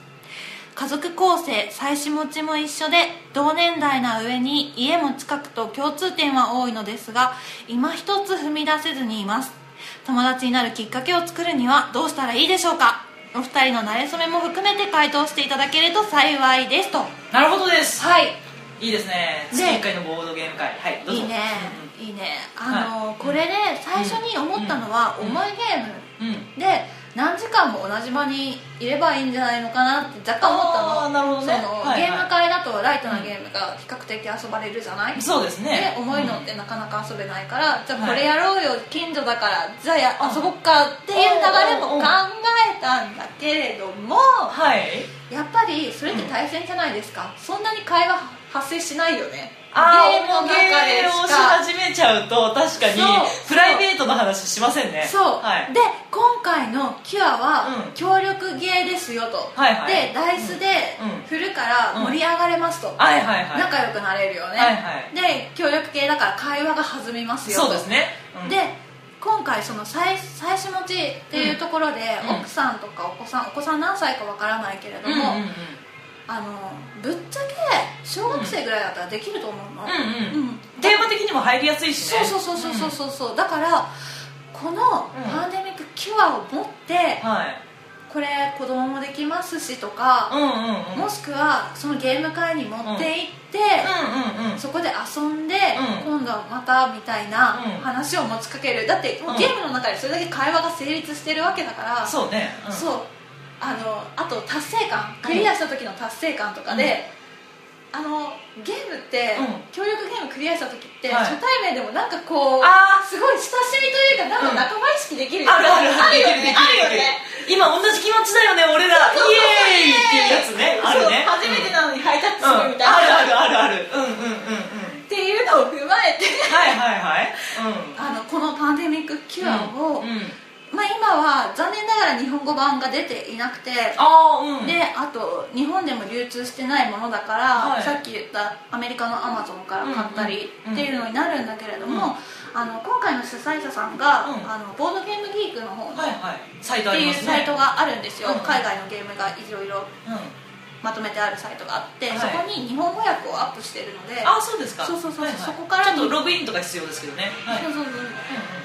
S2: 家族構成妻子持ちも一緒で同年代な上に家も近くと共通点は多いのですが今一つ踏み出せずにいます友達になるきっかけを作るにはどうしたらいいでしょうかお二人の馴れ初めも含めて回答していただけると幸いですとは
S1: なるほどです
S2: い
S1: いいですね
S2: で
S1: 月1回のボードゲーム会はいどう
S2: い
S1: ぞ
S2: いね
S1: うん
S2: いいねあの、
S1: はい
S2: これで最初に思ったのは、
S1: うん
S2: 重いゲーム
S1: うん
S2: で何時間も同じ場にいればいいんじゃないのかなって若干思ったの
S1: あーなるほどね
S2: その
S1: はいはい
S2: ゲーム会だとライトなゲームが比較的遊ばれるじゃない、
S1: そうですね
S2: で重いのってなかなか遊べないから、じゃあこ
S1: は
S2: れ
S1: い
S2: やろうよ近所だからじゃあや
S1: うん
S2: 遊ぼっかっていう流れ
S1: うんうんう
S2: も
S1: ん
S2: 考えたんだけれども
S1: はい
S2: やっぱりそれって大変じゃないですか、そんなに会話発生しないよね
S1: あ
S2: ゲ
S1: ー
S2: ームの中で
S1: ゲームを
S2: し
S1: し
S2: か
S1: 始めちゃうと確かに
S2: そう
S1: プライベートの話しませんね
S2: そう、
S1: はい
S2: で今回のキュアは
S1: うん
S2: 協力ゲーですよと、
S1: はいはい
S2: でダイスで
S1: うん
S2: 振るから盛り上がれますと、
S1: はいはいはい
S2: 仲良くなれるよね、
S1: はいはい
S2: で協力系だから会話が弾みますよと
S1: そうですねうん
S2: で今回その妻妻子持ちっていうところで、
S1: うん
S2: 奥さんとかお子さんお子さん何歳かわからないけれど
S1: うんうん
S2: も、
S1: うん
S2: あのぶっちゃけ小学生ぐらいだったらできると思うの、
S1: うん
S2: う
S1: うんんテーマ的にも入りやすいし
S2: そ
S1: ね
S2: うそうそうそうそうそうそうだからこの
S1: うん
S2: パンデミックキュアを持って
S1: うんはい
S2: これ子供もできますしとか
S1: うんうんうん
S2: もしくはそのゲーム会に持って行って
S1: うんうんうん
S2: そこで遊んで
S1: う
S2: 今度はまたみたいな
S1: うん
S2: 話を持ちかけるだってもう
S1: うん
S2: ゲームの中でそれだけ会話が成立してるわけだから
S1: そうねうん
S2: そうあのあと達成感クリアした時の達成感とかで、あのゲームって、
S1: うん
S2: 協力ゲームクリアした時って、
S1: はい
S2: 初対面でもなんかこう
S1: あ
S2: すごい親しみというかなんか仲間意識できるよね
S1: あるある
S2: あるよ
S1: できできでき
S2: ねあるよね
S1: 今同じ気持ちだよね俺ら
S2: そう
S1: イエーイっていうやつねあるね
S2: そう初め
S1: の
S2: てなのにハイタッチするみた
S1: あ
S2: いな、
S1: るあるあるあるうんうんうんうん
S2: っていうのを踏ま えて
S1: はいはいはいうん
S2: あのこのパンデミックキュア
S1: う
S2: を、
S1: んうん
S2: まあ、今は残念ながら日本語版が出ていなくて
S1: あーうん
S2: であと日本でも流通してないものだから、
S1: はい
S2: さっき言ったアメリカのアマゾンから買ったり
S1: うんうんうん
S2: っていうのになるんだけれども、
S1: うん
S2: あの今回の主催者さんが、
S1: うん
S2: あのボードゲームギークの方の、
S1: はいはいサイト
S2: っ
S1: あ
S2: て
S1: り
S2: い
S1: ま
S2: う
S1: すね
S2: サイトがあるんですよ、
S1: うんうん
S2: 海外のゲームがいろいろ
S1: うん
S2: まとめてあるサイトがあって、
S1: はい
S2: そこに日本語訳をアップしてるので
S1: あそうですか
S2: そうそうそう
S1: はいはい
S2: そこから
S1: ちょっとログインとか必要ですけどねはい
S2: そうそうそ
S1: う
S2: う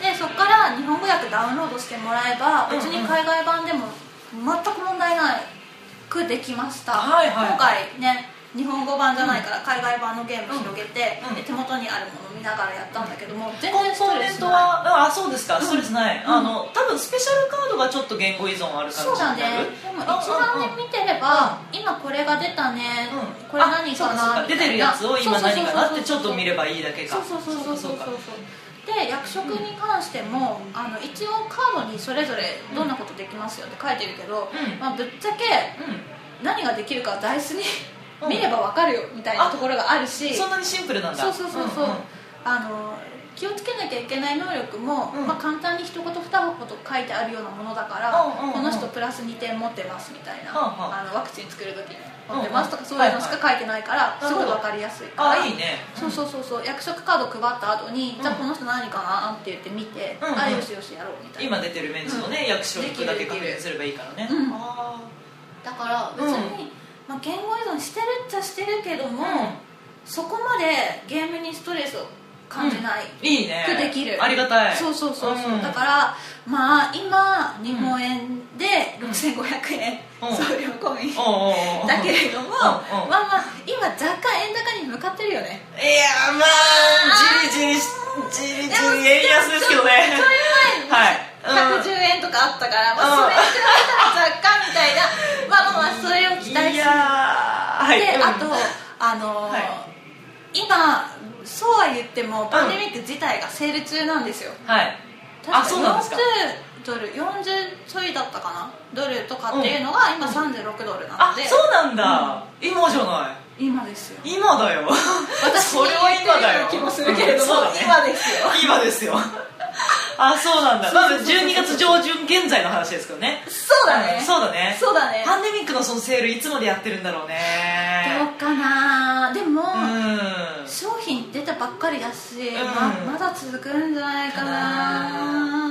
S2: でそこから日本語訳ダウンロードしてもらえば別に海外版でも全く問題ないくできました、
S1: はいはい
S2: 今回ね日本語版じゃないから海外版のゲーム広げて、
S1: うんうん
S2: で手元にあるもの見ながらやったんだけども、全
S1: コン
S2: 然スト
S1: ポー
S2: レ
S1: ネン
S2: ス
S1: ト
S2: ない
S1: はあそうですかストレスない、あの多分スペシャルカードがちょっと言語依存ある感じ
S2: そうだねでも一覧で見てれば、今これが出たね、
S1: うん
S2: これ何か
S1: あそう
S2: な
S1: そう出てるやつを今何かなってちょっと見れ
S2: ば
S1: ばいいだけか
S2: そうそうそうそうそうそう
S1: かか
S2: で役職に関しても、あの一応カードにそれぞれどんなことできますよって書いてるけど、
S1: うん
S2: まあ、ぶっちゃけ
S1: う
S2: 何ができるかはダイスに
S1: うん
S2: 見ればわかるよみたいなところがあるし、
S1: んそんなにシンプルなんだ
S2: そうそうそうそ
S1: ん
S2: う、
S1: ん
S2: あの気をつけなきゃいけない能力も、
S1: うん
S2: まあ、簡単に一言二言書いてあるようなものだから、
S1: うんうんうん
S2: この人プラス2点持ってますみたいな、
S1: うんうん
S2: あのワクチン作る時に
S1: うん
S2: 持ってますとかそういうのしか書いてないから、
S1: うんうん
S2: すごい分かりやすいから
S1: あいいね
S2: そうそうそうそう役職カード配った後に、じゃあこの人何かなって言って見て、
S1: うんうん
S2: あよしよしやろうみたいな
S1: 今出てるメンツのね、役職だけ確認すればいいからね、
S2: うん
S1: あ
S2: だから別に、まあ、言語依存してるっちゃしてるけども、そこまでゲームにストレスを感じない、
S1: ーいいね
S2: できる
S1: ありがたい
S2: そうそうそうそう、
S1: ん
S2: だからまあ今日本円で6500円、
S1: うん
S2: 送料込み
S1: おうおうおう
S2: だけれど
S1: うん
S2: も、
S1: うん
S2: まあまあ今若干円高に向かってるよね
S1: いやまあじりじりしじりじり円安ですけどねはい
S2: 110円とかあったから、まあ、それに比べたら若干み たいなまあまあまあそれを期待
S1: い
S2: し
S1: やー
S2: て
S1: はい
S2: で、
S1: うん
S2: あとあのー
S1: はい
S2: 今そうは言ってもパンデミック自体がセール中なんですよ、
S1: はいあそうなんですか
S2: 40ドル40ちょいだったかなドルとかっていうのが今36ドル
S1: あ
S2: なので、
S1: そうなんだ、今じゃな
S2: 今ですよ
S1: い今だよ
S2: 私
S1: それは今だよ
S2: 言ってるような気もするけれども、
S1: うんそうだね
S2: 今ですよ
S1: 今ですよ あそうなんだ
S2: そうそう
S1: まず12月上旬現在の話ですけどね
S2: そうだね
S1: そうだね
S2: そうだね
S1: パンデミックのそのセールいつまでやってるんだろう
S2: ど
S1: ね
S2: うかなでも、
S1: うん
S2: 商品出たばっかりだし、
S1: うん
S2: ままだ続くんじゃないかな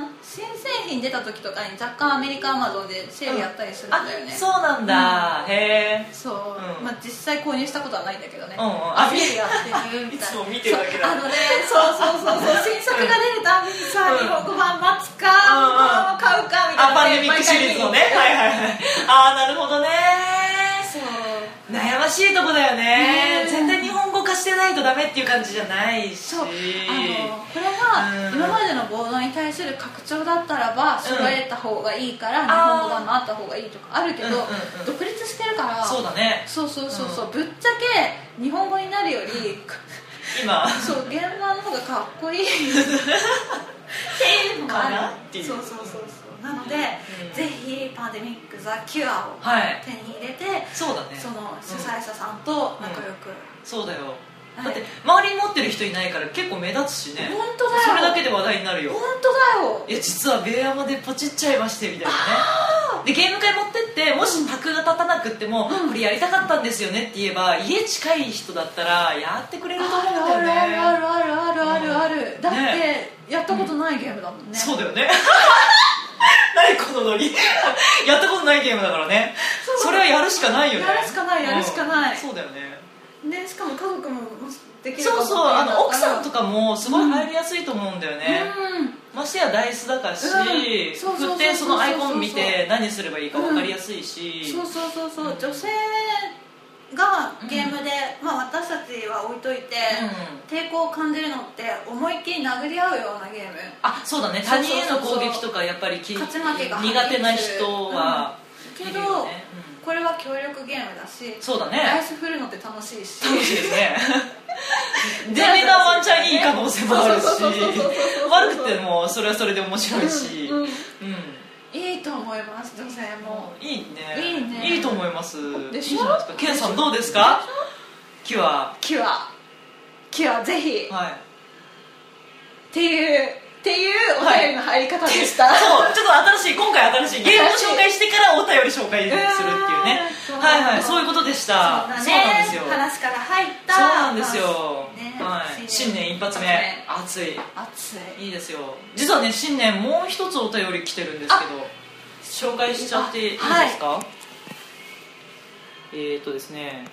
S1: か
S2: 新製品出た時とかに若干アメリカアマゾンでセールやったりするんだよね、
S1: あそうなんだ、へえ
S2: そう
S1: うん
S2: まあ、実際購入したことはないんだけどね、
S1: うんうん
S2: あセールやってるみたいな
S1: いつも見てるだけだ
S2: そうあのねそうそうそうそう新作が出るたびにさ、
S1: うん
S2: 日本語版待つか、
S1: うんうん
S2: このまま買うかみたいな
S1: あ、パンデミックシリーズのねはいはい はいああなるほどね
S2: そう
S1: 悩ましいとこだよね
S2: ねえ
S1: 絶対日本語化してないとダメっていう感じじゃないし
S2: そうあのこれが
S1: うん
S2: 今までのボードに対する拡張だったらば揃えた方がいいから、
S1: ん
S2: 日本語版もあった方がいいとかあるけど、
S1: うんうんうん
S2: 独立してるから
S1: そうだね
S2: そうそうそうそうぶっちゃけ日本語になるより
S1: 今
S2: そう現場の方がかっこいいっていうのがある
S1: かなっていう
S2: そうそうそうそうなので、
S1: ん
S2: ぜひパンデミック・ザ・キュアを
S1: はい
S2: 手に入れて、
S1: そうだね
S2: その主催者さんと仲良く、
S1: そうだよ
S2: はい
S1: だって周りに持ってる人いないから結構目立つしね
S2: 本当だよ
S1: それだけで話題になるよ
S2: 本当だよ
S1: いや実はベア山でポチっちゃいましてみたいなねでゲーム会持ってってもし卓が立たなくっても、これやりたかったんですよねって言えば家近い人だったらやってくれると思うんだよね
S2: あるあるあるあるあるあるある、だって、
S1: ね
S2: やったことないゲームだもんね
S1: そうだよね何このノリやったことないゲームだからね
S2: そう
S1: それはやるしかないよね
S2: やるしかないやるしかない
S1: うんそうだよね
S2: ねしかも家族もできるかも
S1: そうそうあの奥さんと
S2: か
S1: かもすごい入りやすいと思うんだよね、ましてやダイスだからし、
S2: うんそうそうそうそうそう
S1: 振ってそのアイコン見て何すればいいか分かりやすいし、
S2: うん、そうそうそうそう女性がゲームで、まあ私たちは置いといて、抵抗を感じるのって思いっきり殴り合うようなゲーム
S1: あそうだね
S2: そ
S1: 他
S2: うそう
S1: 人へ
S2: そう
S1: の攻撃とかやっぱりき
S2: 勝ち負けが激しい
S1: 苦手な人は、
S2: け
S1: い
S2: ど、
S1: るよね
S2: これは協力ゲームだし
S1: うんそうだ
S2: ダイ
S1: ね
S2: ス振るのって楽しいし
S1: 楽しいです ね出目がワンチャンいい可能性もあるし
S2: そうそうそうそうそうそうそう
S1: 悪くてもそれはそれで面白いし、
S2: うんうん
S1: うん
S2: いいと思います女性も
S1: いい
S2: いい
S1: ね
S2: ね
S1: いいと思います
S2: でしょ
S1: いいじゃないですかケンさんどうですかキュア
S2: キュアキュアぜひ
S1: はい
S2: っていうっていうお便りの入り方でし
S1: そ
S2: た、
S1: うちょっと新しい今回新しいゲームを紹介してからお便り紹介するっていうね
S2: うわー
S1: はいはいそういうことでした
S2: そうだね
S1: なんですよ
S2: 話から入った
S1: そうなんですよ、
S2: ね
S1: はい、新年一発目
S2: ね
S1: 暑い
S2: 暑い
S1: いいですよ実はね新年もう一つお便り来てるんですけど紹介しちゃっていいですか、
S2: あはい
S1: えー、とですね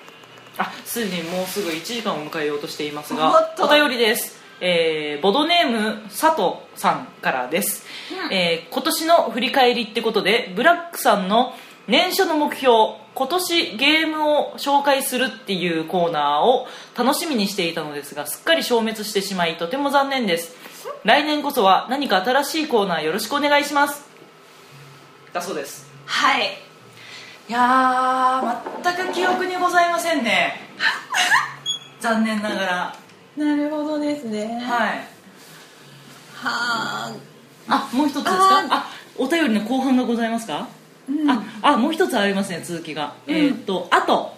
S1: あすでにもうすぐ1時間を迎えようとしています
S2: お
S1: が
S2: っと
S1: お便りですえーボドネーム佐藤さんからです、
S2: うん
S1: えー今年の振り返りってことでブラックさんの年初の目標今年ゲームを紹介するっていうコーナーを楽しみにしていたのですがすっかり消滅してしまいとても残念です来年こそは何か新しいコーナーよろしくお願いしますだそうです
S2: はい
S1: いやー全く記憶にございません ね残念ながら
S2: なるほどですねは
S1: はい
S2: あ
S1: あもう一つですか
S2: あ
S1: あ
S2: ー
S1: お便りの後半がございますか、
S2: うん
S1: ああもう一つありますね続きが、
S2: うん
S1: えーっとあと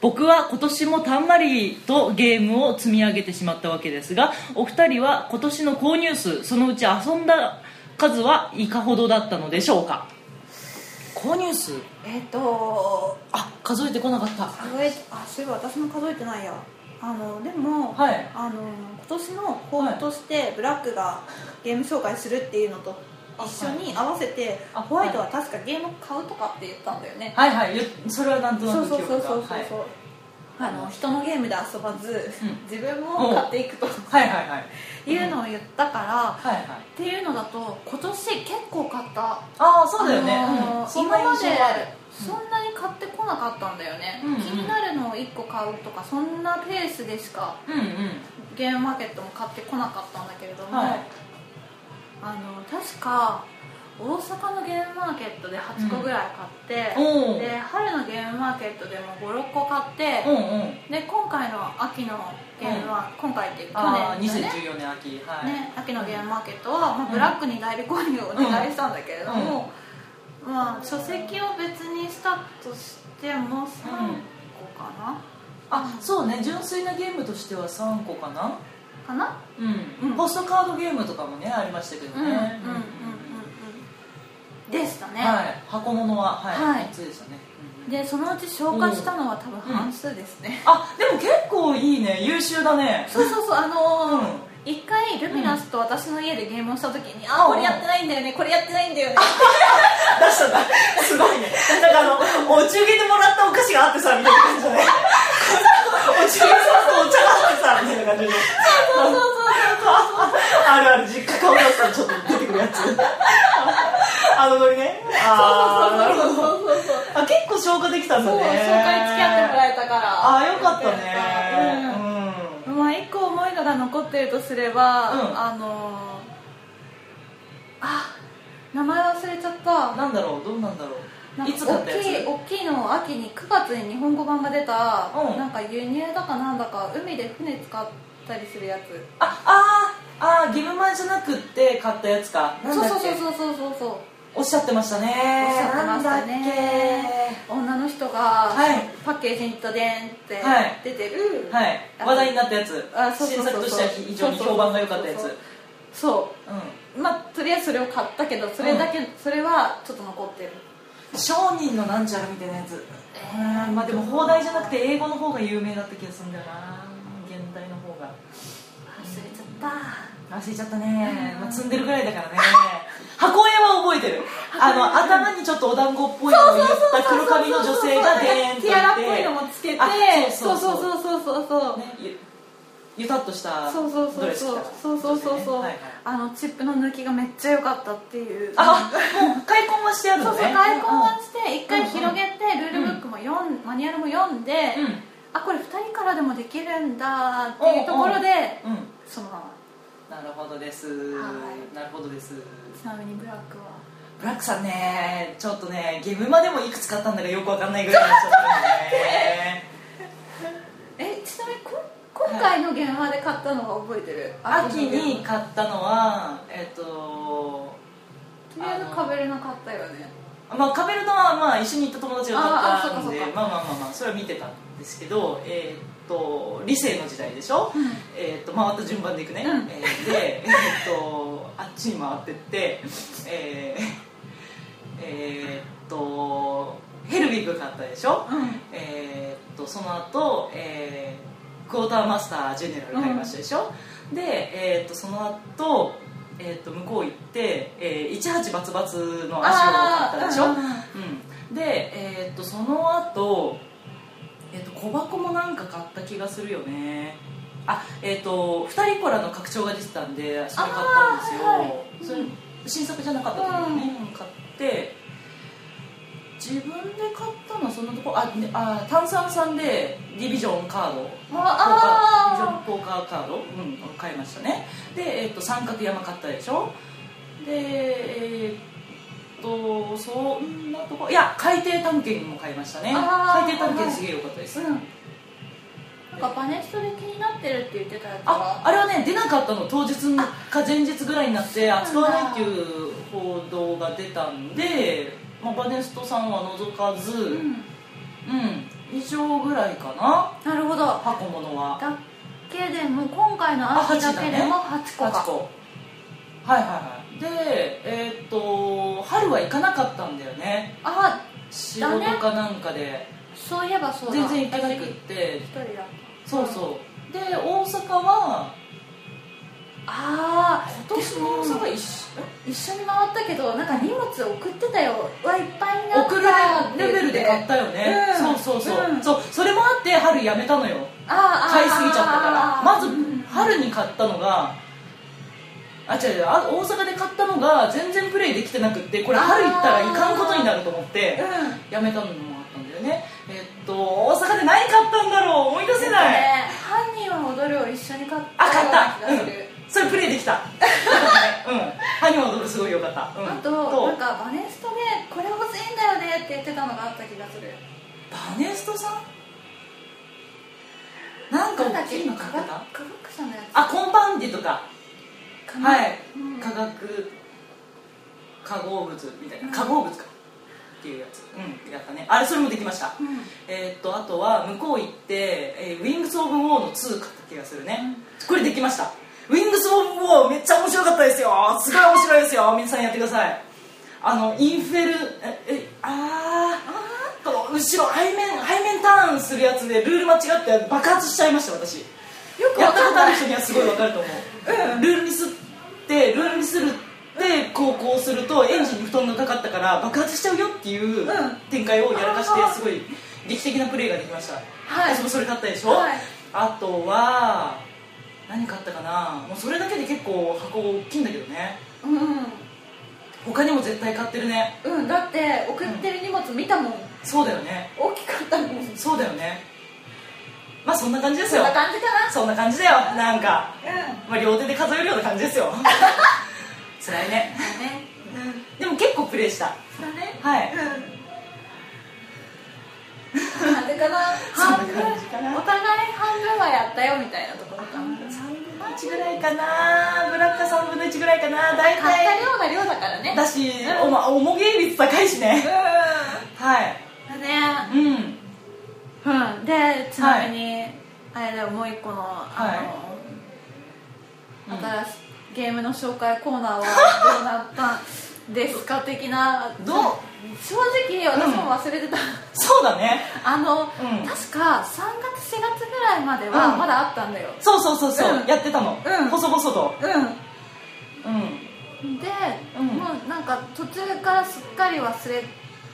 S1: 僕は今年もたんまりとゲームを積み上げてしまったわけですがお二人は今年の購入数そのうち遊んだ数はいかほどだったのでしょうか購入数
S2: えっ、と
S1: あ数えてこなかった
S2: 数えあそういえば私も数えてないやあのでも、
S1: はい
S2: あの今年の抱負としてブラックがゲーム紹介するっていうのと
S1: あ
S2: 一緒に合わせて、
S1: あはい
S2: ホワイトは確かゲーム買うとかって言ったんだよね、
S1: はいはいよそれはなんとな
S2: そう
S1: く記
S2: そう
S1: 憶
S2: そ
S1: が
S2: うそうそう
S1: はい
S2: そう、あの人のゲームで遊ばず、
S1: うん
S2: 自分も買っていくと
S1: はいはいはい
S2: いうのを言ったから、
S1: はいはい
S2: っていうのだと今年結構買った
S1: ああそうだよね、
S2: あの
S1: う
S2: ー
S1: んそんな印象がある
S2: 今までそんなに買ってこなかったんだよね、
S1: うんうん
S2: 気になるのを1個買うとかそんなペースでしか
S1: うんうん
S2: ゲームマーケットも買ってこなかったんだけれども、
S1: はい
S2: あの確か大阪のゲームマーケットで8個ぐらい買って、
S1: うんおー
S2: で春のゲームマーケットでも56個買って、
S1: うんうん
S2: で今回の秋のゲームは、今回っていう
S1: あ
S2: か
S1: あ
S2: 去年だよね
S1: 2014年秋はい、
S2: ね、秋のゲームマーケットは、ま
S1: う
S2: あ、
S1: ん
S2: ブラックに代理購入をお願いしたんだけれども、まあ、書籍を別にしたとしても3個かな、
S1: あそうね純粋なゲームとしては3個かな
S2: かな
S1: うん、ポストカードゲームとかもねありましたけ
S2: う
S1: ど
S2: んうん
S1: ね
S2: うんう
S1: う
S2: ん
S1: ん
S2: うんでしたね、
S1: はい箱物ははい、
S2: はい
S1: 3つでしたね、うん
S2: でそのうち紹介したのは多分半数ですね、
S1: あでも結構いいね優秀だね
S2: そうそうそうあの
S1: うん
S2: ー一回ルミナスと私の家でゲームをした時に、
S1: う
S2: あ
S1: ん
S2: これやってないんだよねこれやってないんだよね
S1: 出したんだすごいねなんかあのお中元でもらったお菓子があってさみたいな感じだねお中元でもらったお茶があってさみたいな感じで
S2: そうそう
S1: あるある実家顔出すとちょっと出てくるやつあのノリねあ
S2: そうそう
S1: ーなるほど
S2: そうそうそうそう
S1: あ結構消化できたんだ
S2: そう
S1: ね
S2: 紹介付き合ってもらえたから
S1: あーよかった
S2: うん
S1: ねうん
S2: まあ一個重いのが残ってるとすれば、
S1: うん
S2: あのーあ名前忘れちゃった
S1: なんだろうどうなんだろ
S2: な
S1: うんい
S2: か
S1: つ買ったや
S2: 大
S1: つ
S2: きい大きいのを秋に9月に日本語版が出た、
S1: うん
S2: なんか輸入だかなんだか海で船使ったりするやつ
S1: ああーあーギブマンじゃなくって買ったやつかなん
S2: そう
S1: だ
S2: そう
S1: っけ
S2: そうそうそうそう
S1: おっしゃってましたね
S2: おっしゃってましたね女の人が
S1: はい
S2: パッケージにドデンって
S1: はい
S2: 出てる、
S1: なんだっけはい
S2: あ
S1: 話題になったやつ
S2: あそうそ
S1: 新
S2: うそうそ
S1: 作
S2: う
S1: としては非常に評判が良かったやつ
S2: そうそうそううまあとりあえずそれを買ったけどそれだけ、それはちょっと残ってる
S1: ん商人のなんちゃらみたいなやつうんまあでも放題じゃなくて英語の方が有名だった気がするんだよな現代の方が
S2: 忘れちゃった
S1: 忘れちゃったね、まあ、積んでるぐらいだからね箱絵は覚えてるあの頭にちょっとお団子っぽいのを言った黒髪の女性がでーんといて
S2: ティアラっぽいのもつけて
S1: あ
S2: そ
S1: そうう
S2: そ
S1: そうう
S2: そ
S1: そう
S2: うそうそうそう
S1: ねゆゆたっとした
S2: そうそう
S1: ド
S2: そう
S1: レス着
S2: そ
S1: た
S2: うそうそうそうそ
S1: は
S2: う
S1: いはい
S2: あのチップの抜きがめっちゃ良かったっていう
S1: あもう開墾はしてあ
S2: そ
S1: るの
S2: うそう
S1: ね
S2: 開墾はして一
S1: う
S2: 回
S1: んうん
S2: 広げてルールブックも読んマニュアルも読んで
S1: うん
S2: あこれ2人からでもできるんだっていうところで
S1: うん、うん
S2: そのま
S1: なるほどです、
S2: はい
S1: なるほどです
S2: まちなみにブラックは
S1: ブラックさんねちょっとねゲームまでもいくつ買ったんだかよくわかんないぐらいになっちゃったん でね
S2: えちなみにこ今回の現場で買ったのは覚えてる
S1: 秋に
S2: の
S1: 買ったのはえっ、と
S2: とりあえずカベルナ買ったよね
S1: まあ、カベルトはまあ一緒に行った友達が
S2: あー
S1: 買ったんで
S2: あそうかそうか
S1: まあまあまあまあそれは見てたんですけどえーっと理性の時代でしょ、
S2: うん
S1: えーっと回った順番でいくね、
S2: うん
S1: えーで えーっとあっちに回ってってえー、えーっとヘルビグ買ったでしょ、
S2: うん
S1: えーっとその後、えークォーターマスタージェネラル買いましたでしょ、で、えーっとその後、えーっと向こう行って、えー、18バツバツの足を買ったでしょ、
S2: あ
S1: うん、で、えーっとその後、えーっと小箱もなんか買った気がするよねあえーっと二人コラの拡張が出てたんでそれ買ったんですよ、
S2: あーはい
S1: それ新作じゃなかったと思うね、買って自分で買ったのはそんなとこあ、ね、あ炭酸さんでディビジョンカードポーカー
S2: ああ
S1: ポーカーカード、うん、買いましたねで、えっと三角山買ったでしょでえっとそんなとこいや海底探検も買いましたね
S2: あー
S1: 海底探検すげえ良かったです、
S2: うんなんかバネストで気になってるって言ってたやつ
S1: あ
S2: は
S1: あれはね出なかったの当日か前日ぐらいになって扱わないっていう報道が出たんで、まあ、バネストさんは除かず、う
S2: うんん
S1: 以上ぐらいかな
S2: なるほどだ
S1: 箱物は
S2: けでも今回の
S1: あ
S2: 秋
S1: 八
S2: だけでも8個
S1: 八
S2: か
S1: 個はいはいはいでえーっと春は行かなかったんだよね
S2: あ
S1: 仕事かなんかで
S2: そういえばそうだ
S1: 全然行けなくって
S2: 一人だ
S1: そうそうで大阪は
S2: ああ
S1: 今年の大阪は一緒
S2: 一緒に回ったけどなんか荷物送ってたよはいっぱいになった
S1: 送るレベルで買ったよね、
S2: うん
S1: そうそうそう,、
S2: うん
S1: そうそれもあって春やめたのよ
S2: あーあー
S1: 買いすぎちゃったからまず
S2: うん
S1: 春に買ったのがあ違う違うあ大阪で買ったのが全然プレイできてなくってこれ春行ったらいかんことになると思って
S2: うん
S1: やめたのもあったんだよねえっと大阪で何買ったんだろう思い出せない、
S2: ね犯人は踊るを一緒に買った
S1: あ買った、う
S2: ような気がする
S1: ん、それプレイ できたうんハニワドルすごいよかった、うん、
S2: あとなんかバネストでこれ欲しいんだよねって言ってたのがあった気がする
S1: バネストさんなんか
S2: なんだ
S1: 大
S2: っけ
S1: きいの買って
S2: 科
S1: た
S2: 学科学者のやつ
S1: あコンパウンディとか
S2: かな
S1: はい、
S2: うん
S1: 化学化合物みたいな化合物かっていうやつうんやったねあれそれもできました、
S2: うん
S1: えーっとあとは向こう行って、えーウィングス・オブ・ウォーの2買った気がするね、これできましたウィングス・オブ・ウォーめっちゃ面白かったですよすごい面白いですよ皆さんやってくださいあのインフェルええあーあーこの後ろ背面背面ターンするやつでルール間違って爆発しちゃいました私
S2: よく
S1: や
S2: わ
S1: った
S2: か
S1: こ
S2: ん
S1: とあ
S2: な
S1: る
S2: い
S1: 人にはすごいわかると思う、ルールミスってルールミスるってこうこうするとエンジンに布団がかかったから爆発しちゃうよっていう
S2: うん
S1: 展開をやらかし
S2: あー
S1: てすごい劇的なプレーができました、
S2: はい
S1: 私もそれ買ったでしょ、
S2: はい
S1: あとは何買ったかなもうそれだけで結構箱大きいんだけどね
S2: う
S1: 他にも絶対買ってるね
S2: んうんだって送ってる荷物見たもん
S1: そうだよね
S2: 大きかったもん
S1: そうだよねまあそんな感じです
S2: そん
S1: よ
S2: な感じかな
S1: そんな感じだよなんか、
S2: う
S1: まあ、両手で数えるような感じです よ辛いね
S2: んねうん
S1: でも結構プレイした
S2: だね
S1: はい
S2: うんあれかな
S1: そ
S2: 半
S1: ん
S2: 分
S1: な感じかな
S2: お互い半分はやったよみたいなところかな
S1: 3分の1ぐらいかなブラック3分の1ぐらいかな大
S2: 買った
S1: 体
S2: 量が量だからね
S1: だし、おま、重芸率高いしね
S2: う
S1: はい
S2: んだね
S1: うん
S2: うん、でちなみに、あれだよもう一個のあの、
S1: はいうん
S2: 新しいゲームの紹介コーナーはどうなったんですか的な
S1: どう
S2: 正直私も忘れてた、
S1: そうだね
S2: あの、
S1: うん
S2: 確か3月4月ぐらいまでは
S1: うん
S2: まだあったんだよ
S1: そうそうそうそう、
S2: うん
S1: やってたの、
S2: うん
S1: 細々と
S2: う
S1: うん
S2: んで、
S1: うん
S2: もうなんか途中からすっかり忘れて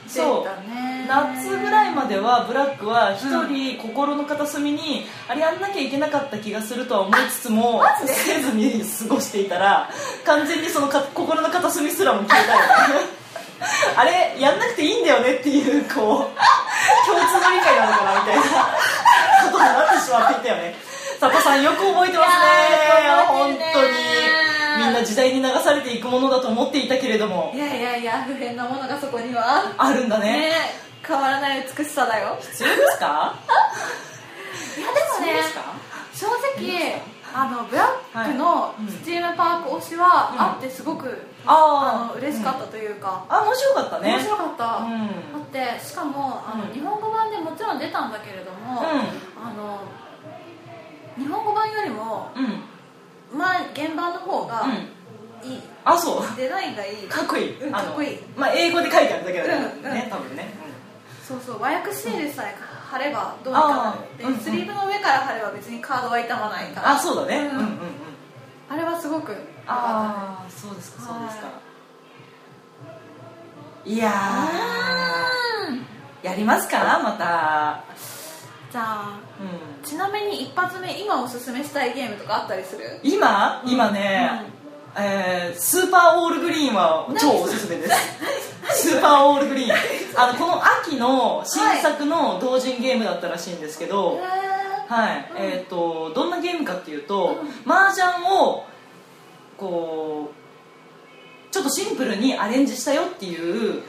S1: そう
S2: たね
S1: 夏ぐらい
S2: で
S1: まではブラックは一人心の片隅に、あれやんなきゃいけなかった気がするとは思いつつも
S2: あマジで
S1: せずに過ごしていたら完全にそのか心の片隅すらも消えたよね あれやんなくていいんだよねっていうこう共通の理解なのかなみたいなことになってしまっていたよね佐藤さんよく覚えてます
S2: いやー覚え
S1: ね
S2: てるね
S1: 本当にみんな時代に流されていくものだと思っていたけれども
S2: いやいやいや不変なものがそこには
S1: あるんだ
S2: ね
S1: ね
S2: 変わらない美しさだよ
S1: そうですか
S2: いや
S1: そう
S2: でもね
S1: ですか
S2: 正直あのブラックの
S1: いうん
S2: スチームパーク推しはあってすごく、あ
S1: あ
S2: の
S1: ー
S2: 嬉しかったというか、
S1: あ面白かったね
S2: 面白かった、
S1: うん
S2: だってしかもあの、
S1: うん
S2: 日本語版でもちろん出たんだけれども、
S1: う
S2: あの日本語版よりも、
S1: うん
S2: まあ、原版の方が
S1: うん
S2: いい、
S1: あそう
S2: デザインがいい
S1: かっこいい
S2: うん
S1: あの
S2: かっこいい
S1: まあ英語で書いてあるだけだから
S2: うんうん
S1: ね多分ね
S2: そうそう和訳シールさえ貼ればどうにかなるで、
S1: あーうんうん
S2: スリーブの上から貼れば別にカードは傷まないから
S1: あそうだねうんうんうん
S2: あれはすごく
S1: ああそうですかそうですか
S2: はい
S1: や
S2: うん
S1: ーやりますかまた
S2: じゃあ
S1: うん
S2: ちなみに一発目今おすすめしたいゲームとかあったりする
S1: 今今ね
S2: う
S1: えースーパーオールグリーンは超おすすめですスーパーオールグリーンあのこの秋の新作の同人ゲームだったらしいんですけど、はい、
S2: うん
S1: えっ、とどんなゲームかっていうと、
S2: う
S1: 麻雀をこうちょっとシンプルにアレンジしたよっていう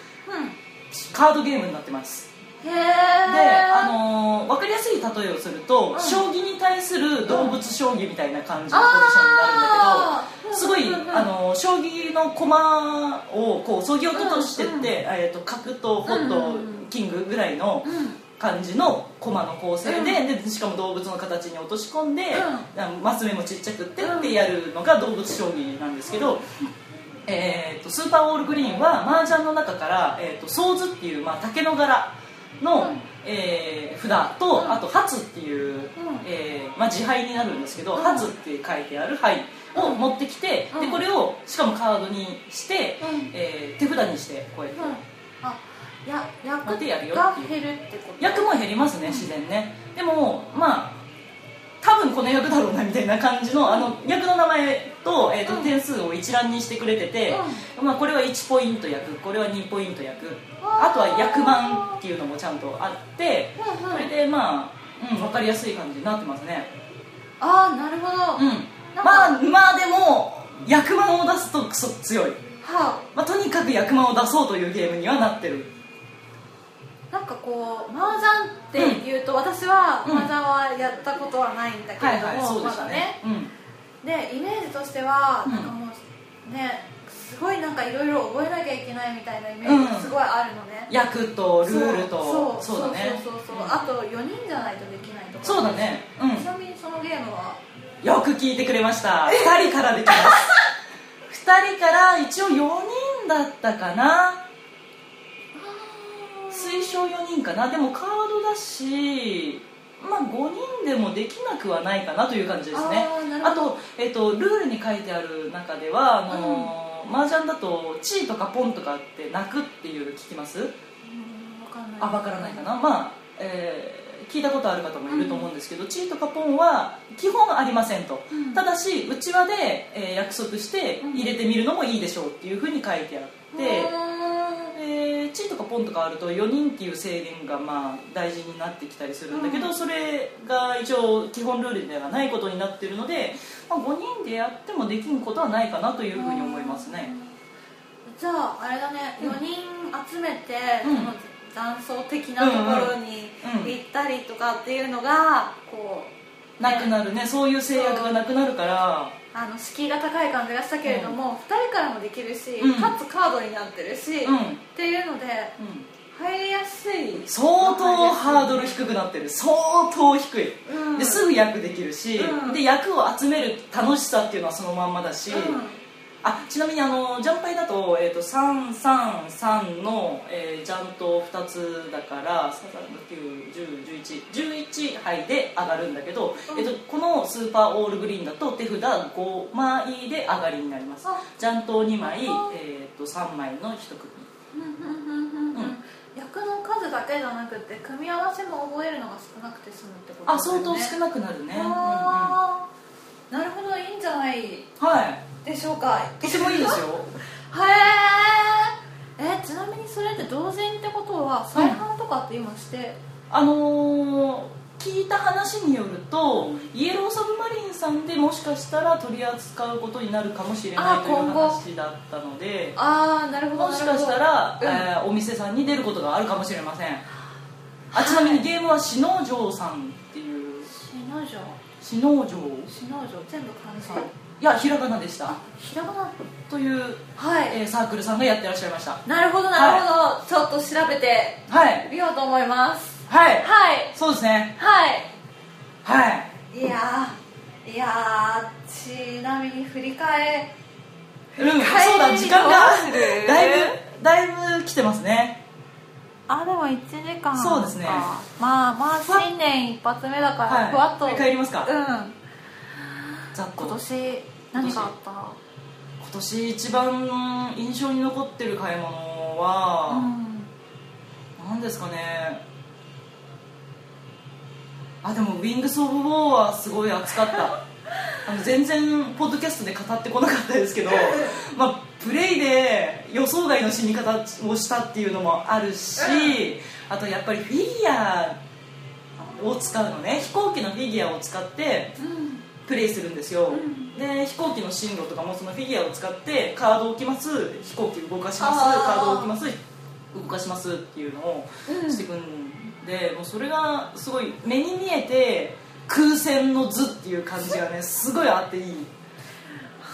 S1: カードゲームになってます
S2: へえ
S1: で、あのー、分かりやすい例えをすると、
S2: うん
S1: 将棋に対する動物将棋みたいな感じのポジションにな
S2: あ
S1: るんだけどすごい、あのー将棋の駒をこうそぎ落としてって、
S2: うんうん
S1: えー、と角とホッ
S2: うん
S1: ト
S2: うんうん
S1: キングぐらいの
S2: うん
S1: 感じの駒の構成で,、でしかも動物の形に落とし込んで、マス目もちっちゃくってってやるのが動物将棋なんですけど、えー、とスーパーオールグリーンは麻雀の中から、えー、とソーズっていう、まあ、竹の柄の、
S2: うん
S1: えー札と、
S2: うん
S1: あと「ハツ」っていう、えーまあ、自牌になるんですけど「
S2: うん
S1: ハツ」って書いてある牌を持ってきて、
S2: うん
S1: でこれをしかもカードにして、
S2: うん
S1: えー手札にしてこうやって。
S2: あや役
S1: なんてやるよ
S2: が
S1: ってい
S2: 減るってこと
S1: 役も減りますね自然ねでもまあ多分この役だろうなみたいな感じのあの役の名前と,、えーと
S2: うん
S1: 点数を一覧にしてくれてて、まあ、これは1ポイント役これは2ポイント役
S2: わー
S1: あとは役満っていうのもちゃんとあって
S2: うんうん
S1: これでまあ、うん、分かりやすい感じになってますね
S2: ああなるほど、
S1: う
S2: は
S1: んまあまあでも役満を出すとクソ強い、
S2: あ
S1: まあ、とにかく役満を出そうというゲームにはなってる
S2: なんかこう麻雀って言うと、私は
S1: うん
S2: 麻雀はやったことはないんだけれども、
S1: そうで
S2: ま
S1: した
S2: だ
S1: ね
S2: ね
S1: うん
S2: でイメージとしては、
S1: うん
S2: なんかもうねすごいなんかいろいろ覚えなきゃいけないみたいなイメージがすごいあるのね、
S1: 役とルールと
S2: そう
S1: だね
S2: そうそうそうそう、
S1: うん
S2: あと4人じゃないとできないとか
S1: そうだねうん
S2: ちなみにそのゲームは
S1: よく聞いてくれました2人からできます2人から一応4人だったかな推奨4人かなでもカードだしまあ5人でもできなくはないかなという感じですね
S2: あーなる
S1: あ
S2: ほど
S1: と,、えっとルールに書いてある中ではあのー麻雀だと「チー」とか「ポン」とかって「泣く」っていう聞きます
S2: うん分かんない
S1: あわからないかなまあ、えー聞いたことある方もいると思うんですけど、チートかポンは基本ありませんと、
S2: うん
S1: ただしうちわで、えー約束して
S2: うん
S1: 入れてみるのもいいでしょうっていうふうに書いてあっ
S2: う
S1: て、
S2: ーん
S1: えーチートかポンとかあると4人っていう制限がまあ大事になってきたりするんだけど、
S2: うん
S1: それが一応基本ルールではないことになってるので、まあ、5人でやってもできんことはないかなというふうに思いますね、
S2: じゃああれだね
S1: うん
S2: 4人集めて、
S1: うん
S2: その残層的なところに
S1: うんうんうん
S2: 行ったりとかっていうのがこう
S1: なくなるねそういう制約がなくなるから
S2: あの敷居が高い感じがしたけれども、2人からもできるし、
S1: うん
S2: かつカードになってるし、
S1: うん
S2: っていうので
S1: うん
S2: 入りやすい
S1: 相当ハードル低くなってる相当低い、
S2: うん
S1: ですぐ役できるし、
S2: うん
S1: で役を集める楽しさっていうのはそのまんまだし、
S2: うん
S1: あちなみにあのジャンパイだと,、えー、と333の、えージャンと2つだから9101111杯で上がるんだけど、
S2: うん
S1: えー、とこのスーパーオールグリーンだと手札5枚で上がりになります
S2: あ
S1: ジャンと2枚、え
S2: あ
S1: ー、と3枚の1組
S2: うんうんうんうん
S1: うん
S2: 役の数だけじゃなくて組み合わせも覚えるのが少なくて済むってこと
S1: あ相当少
S2: く
S1: なくなるね、うんうんは
S2: あーなるほどいいんじゃない
S1: い
S2: でしょうか
S1: とてもいいですよ
S2: へーえちなみにそれって同然ってことは再販とかって今して、
S1: あのー聞いた話によると、イエローサブマリンさんでもしかしたら取り扱うことになるかもしれない
S2: あ
S1: という
S2: 今後
S1: 話だったので
S2: ああなるほど
S1: もしかした
S2: なる
S1: ら、
S2: うん
S1: えーお店さんに出ることがあるかもしれませんあちなみにゲームは篠城さんっていう
S2: ほど篠
S1: 篠城
S2: 城篠城全部漢字
S1: さんいやひらがなでした
S2: ひらがな
S1: という、
S2: はい、
S1: えーサークルさんがやってらっしゃいました
S2: なるほどなるほど、ちょっと調べて
S1: はい
S2: みようと思います
S1: はい
S2: はい
S1: そうですね
S2: はい
S1: はい
S2: いやーいやーちなみに振り替え
S1: うんそう
S2: 帰り
S1: だ時間が
S2: どうする
S1: だいぶだいぶ来てますね
S2: あでも1時間
S1: そうですね
S2: かまあまあ新年一発目だから、
S1: はい
S2: ふわっと
S1: 振り返りますか
S2: うん
S1: ざっと
S2: 今年何があった
S1: 今年一番印象に残ってる買い物は、何ですかね あでも「ウィングス・オブ・ウォー」はすごい熱かったあの全然ポッドキャストで語ってこなかったです けど、まあ、プレイで予想外の死に方をしたっていうのもあるし、あとやっぱりフィギュアを使うのね飛行機のフィギュアを使って
S2: うん
S1: プレイするんですよ、
S2: ん
S1: で飛行機の進路とかもそのフィギュアを使ってカードを置きます飛行機動かします
S2: あー
S1: カードを置きます動かしますっていうのを
S2: うん
S1: していくんで、もうそれがすごい目に見えて空戦の図っていう感じがねすごいあっていい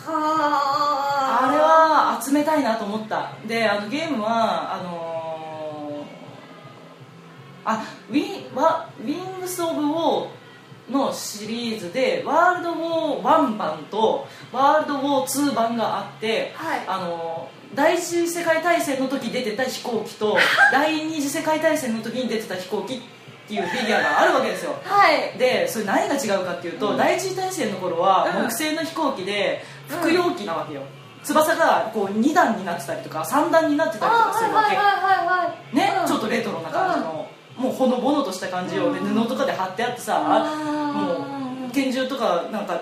S1: あれ
S2: はあ
S1: は集めたいなと思ったであのゲームはあのーあウィンワウィングス・オブ・ウォーのシリーズでワールド・ウォー1版とワールド・ウォー2版があって、
S2: はい
S1: あのー第一次世界大戦の時に出てた飛行機 と第二次世界大戦の時に出てた飛行機っていうフィギュアがあるわけですよ
S2: はい
S1: でそれ何が違うかっていうと、第一次大戦の頃は
S2: うん
S1: 木製の飛行機で複容機なわけよ、翼がこう2段になってたりとか3段になってたりとかするわけ、
S2: あーはいはいはいはいはい
S1: ね、
S2: うん
S1: ちょっとレトロな感じの、もうほのぼのとした感じを、で
S2: うん
S1: 布とかで貼ってあってさ、
S2: あー
S1: もう拳銃とかなんか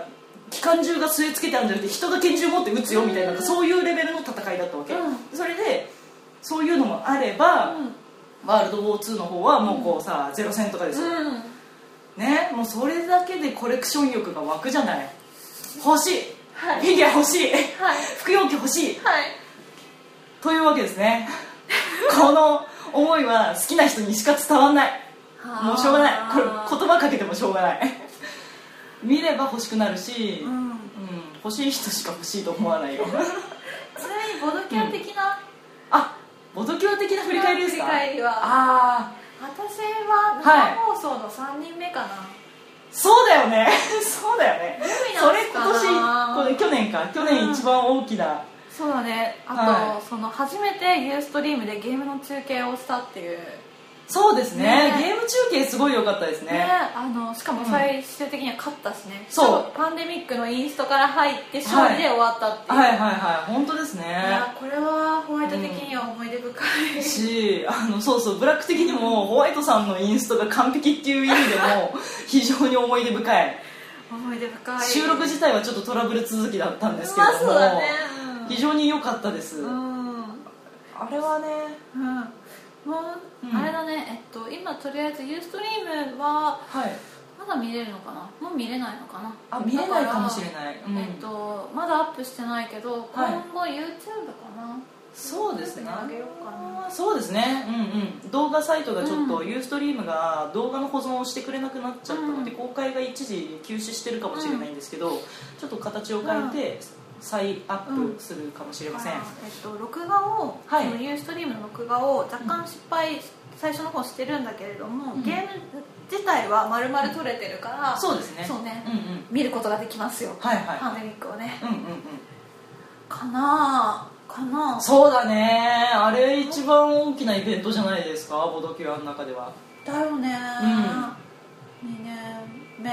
S1: 機関銃が据え付けてあるんじゃなくて人が拳銃持って撃つよみたいな、
S2: うん
S1: そういうレベルの戦いだったわけ、
S2: うん
S1: それでそういうのもあれば、
S2: うん
S1: ワールドウォー2の方はもうこうさ、ゼロ戦とかですよ、
S2: うん
S1: ねもうそれだけでコレクション欲が湧くじゃない欲しい、
S2: はい
S1: フィギュア欲しい
S2: はい
S1: 服用機欲しい
S2: はい
S1: というわけです ねこの思いは好きな人にしか伝わんないもうしょうがないこれ言葉かけてもしょうがない 見れば欲しくなるし、うん
S2: うん
S1: 欲しい人しか欲しいと思わない よ
S2: ちなみにボドキャン的な
S1: あボトキュア的な振り返りですか
S2: 振り返りは
S1: ああ
S2: 私は
S1: はい
S2: 生放送の3人目かな、
S1: そうだよね そうだよね
S2: 海
S1: そ
S2: の
S1: れ
S2: 日かな
S1: 今年これ去年か去年一番大きな、
S2: そうだねあと、
S1: はい
S2: その初めてユーストリームでゲームの中継をしたっていうね
S1: そうですね
S2: ね
S1: ゲーム中継すごい良かったですね
S2: あのしかも最終的には勝ったしね、
S1: そう
S2: しかもパンデミックのインストから入って勝利で終わったっていう、
S1: はいはいはい本当ですね
S2: いやこれはホワイト的には思い出深い、
S1: しあのそうそうブラック的にもホワイトさんのインストが完璧っていう意味で も非常に思い出深い
S2: 思い出深い
S1: 収録
S2: 時
S1: 自体はちょっとトラブル続きだったんですけ
S2: まあ
S1: れど
S2: そう
S1: も、
S2: だね
S1: 非常に良かったです、
S2: うん、うん
S1: あれはね
S2: うんもう、
S1: うん
S2: あれだねえっと今とりあえずユーストリームは
S1: はい
S2: まだ見れるのかなもう見れないのかな
S1: あ見れないかもしれない、うん
S2: えっと、まだアップしてないけど今
S1: はい
S2: 後 YouTube かな、
S1: そうですね
S2: あげようかな
S1: そうですねうんうん動画サイトがちょっ
S2: う
S1: と
S2: ん
S1: ユーストリームが動画の保存をしてくれなくなっちゃったので、
S2: うん
S1: 公開が一時休止してるかもしれないんですけど、ちょっと形を変えて再アップするかもしれません、
S2: あえっと、録画を、
S1: はい
S2: そのユーストリームの録画を若干失敗、最初の方してるんだけれども、
S1: うん
S2: ゲーム自体は丸々撮れてるから、
S1: そうですね
S2: そうね
S1: うんうん
S2: 見ることができますよ、
S1: はいはい、
S2: パンデミックをね
S1: うんうん
S2: かなあかな
S1: う
S2: あ
S1: んそうだねあれ一番大きなイベントじゃないですかボドキュアの中では
S2: だよね、
S1: う
S2: 2年目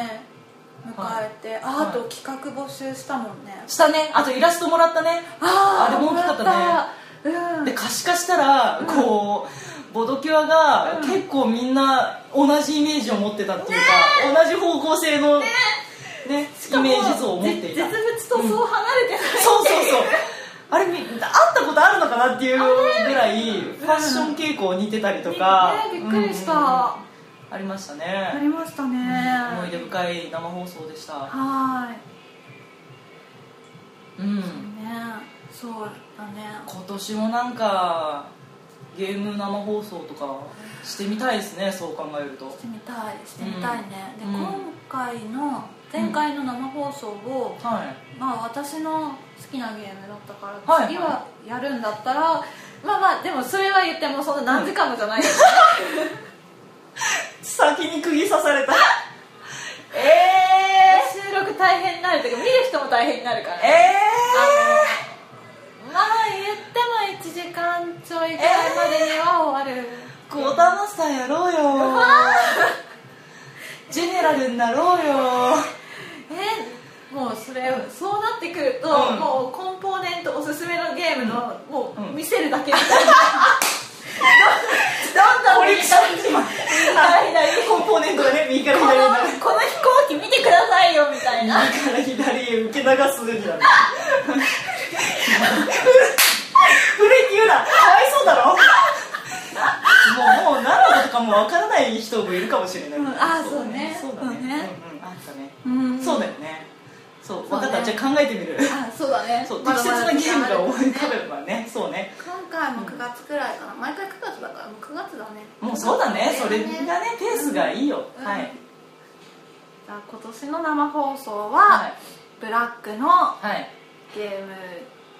S2: 迎えて、ああと企画募集したもんね、
S1: したねあとイラストもらったね
S2: あ
S1: あれも大きかったね
S2: ねうん
S1: で可視化したらこうボドキュアが
S2: うん
S1: 結構みんな同じイメージを持ってたっていうか同じ方向性のねイメージ像を持っていた
S2: 絶絶物とそう離れてない、
S1: そうそうそうあれみ会ったことあるのかなっていうぐらいファッション傾向似てたりとか
S2: ねびっくりした、
S1: うんうんうん
S2: あ
S1: ありましたね
S2: りましたね、
S1: 思い出深い生放送でした
S2: は
S1: うん
S2: ーいねそうだね
S1: 今年もなんかゲーム生放送とかしてみたいですねそう考えると
S2: してみたいしてみたいね、
S1: うん
S2: で、
S1: うん
S2: 今回の前回の生放送を、
S1: はい
S2: まあ私の好きなゲームだったから、
S1: はい
S2: 次はやるんだったらまあまあでもそれは言ってもそんな何時間もじゃない、
S1: 先に釘刺された え
S2: 収録大変になるというか見る人も大変になるから
S1: ー、え
S2: まあ言っても1時間ちょいぐらいまでには終わる、
S1: ー、こだまさんやろうよジェネラルになろ うよ
S2: えもうそれそうなってくると、
S1: うん
S2: もうコンポーネントおすすめのゲームの、も
S1: う
S2: うん見せるだけみたい な、どん
S1: コ
S2: どんどん
S1: レクション自慢 はいはいコンポーネントがね右から
S2: こ
S1: 左になる
S2: のこの飛行機見てくださいよみたいな
S1: 右から左へ すべきなんだ古いって言うなかわいそうだろもうもう奈良とかもわからない人もいるかもしれない、
S2: うんあーそうね
S1: そうだね
S2: そうね
S1: うんうんあったね、
S2: うん
S1: そうだよねそう
S2: そう
S1: 分
S2: ね
S1: かったじゃあ考えてみ る
S2: あそうだね
S1: そう
S2: ま
S1: 適
S2: だ
S1: 切
S2: まだ
S1: なゲームが思い浮
S2: 時間
S1: か
S2: ある
S1: べばねそうね
S2: 今回も9月くらいかな毎回9月だからもう9月だね
S1: もうそうだねそれがねペースがいいよ、
S2: うん
S1: はい
S2: じゃあ今年の生放送は、
S1: はい
S2: ブラックの
S1: はい
S2: ゲ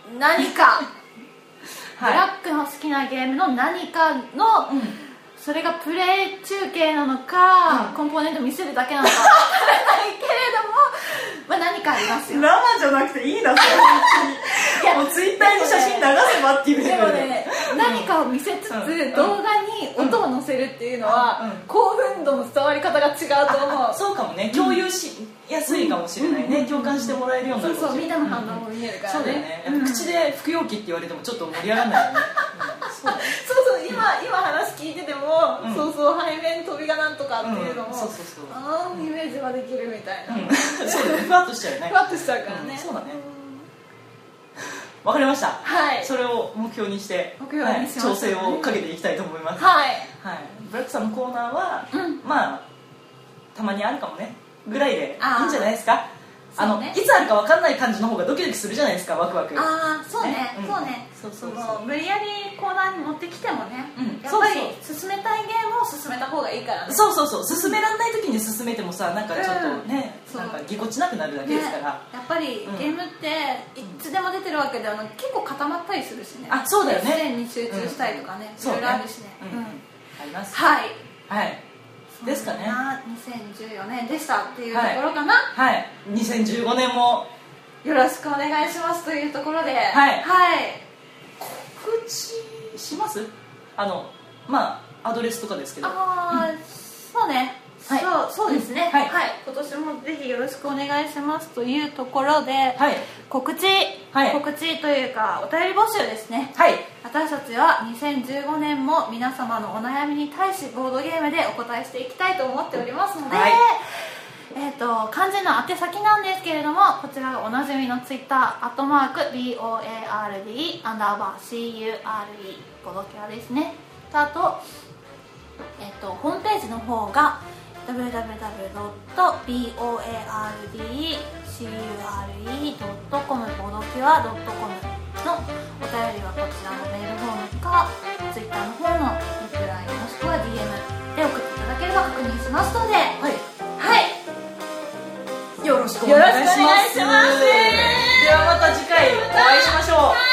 S2: ーム何か、
S1: はい
S2: ブラックの好きなゲームの何かの、
S1: うん
S2: それがプレイ中継なのか、
S1: うん
S2: コンポーネント見せるだけなのか分からないけれども、まあ、何かありますよ
S1: 生じゃなく ていいなそれ
S2: いや
S1: もうツイッターに写真流せばっていう
S2: で
S1: レベ
S2: も
S1: ル
S2: ね何かを見せつつ、
S1: うん
S2: 動画に音を載せるっていうのは、
S1: うん
S2: 興奮度の伝わり方が違うと思う
S1: そうかもね共有しやすいかもしれないね、共感してもらえるようにな
S2: そう
S1: る
S2: そうみんなの反
S1: 応
S2: 応も見えるからね
S1: そうだよね、やっ
S2: うん
S1: ぱ口で服用器って言われてもちょっと盛り上がらないよね、うんそうだね
S2: そうそう今今話聞いてても、
S1: うん
S2: そうそう背面飛びがなんとかっていうのも、
S1: うんそうそうそう
S2: あのイメージはできるみたいな、
S1: う
S2: ふ
S1: んそうだねふわっとしちゃうよね
S2: わっとしちゃうからね、
S1: うんそうだね
S2: ん
S1: わかりました、
S2: はい
S1: それを目標にして
S2: 目標にしましょう
S1: はい調整をかけていきたいと思います、
S2: はい
S1: はい、ブラックさんのコーナーは、
S2: うん
S1: まあたまにあるかもねぐらいで
S2: あー
S1: いいんじゃないですかあ
S2: そう
S1: の
S2: ね
S1: いつあるか分かんない感じの方がドキドキするじゃないですかワクワク
S2: ああそうね
S1: ねうん
S2: そうね
S1: そうそうそう
S2: の無理やりコーナーに持ってきてもね、
S1: うん
S2: やっぱり
S1: そう
S2: 進めたいゲームを進めた方がいいからね
S1: そうそうそう進めらんない時に進めてもさなんかちょっとね、
S2: うん
S1: なんかぎこちなくなるだけ
S2: ね
S1: で
S2: や
S1: すから、
S2: っぱり
S1: うん
S2: ゲームっていつでも出てるわけではなく結構固まったりするしね
S1: あそうだよね
S2: 一点に集中したりとかね、い
S1: そう
S2: ろ
S1: ね
S2: いろあるしね
S1: うん
S2: うん
S1: あります
S2: はい
S1: はいですかね
S2: そんな2014年でしたっていうところかな、
S1: はい2015年も
S2: よろしくお願いしますというところでは
S1: はい
S2: はい、
S1: 告知しますあのまあアドレスとかですけど
S2: ああ、そうね、
S1: はい
S2: そうそうですね、
S1: うんはい
S2: 今年もぜひよろしくお願いしますというところで、
S1: はい
S2: 告知、
S1: はい
S2: 告知というかお便り募集ですね
S1: はい
S2: 私たちは2015年も皆様のお悩みに対しボードゲームでお答えしていきたいと思っておりますので、
S1: はい
S2: えー、と漢字の宛先なんですけれどもこちらがおなじみのツイッターアットマーク BOARD アンダーバー CURE ボドキャですねとあと,、えー、とホームページの方が www.boardcure.com ボドキュア .com のお便りはこちらのメールフォームかツイッターの方のリプライもしくは DM で送っていただければ確認しますので
S1: はい
S2: はい
S1: よろしく
S2: お願いします
S1: ではまた次回お会いしましょう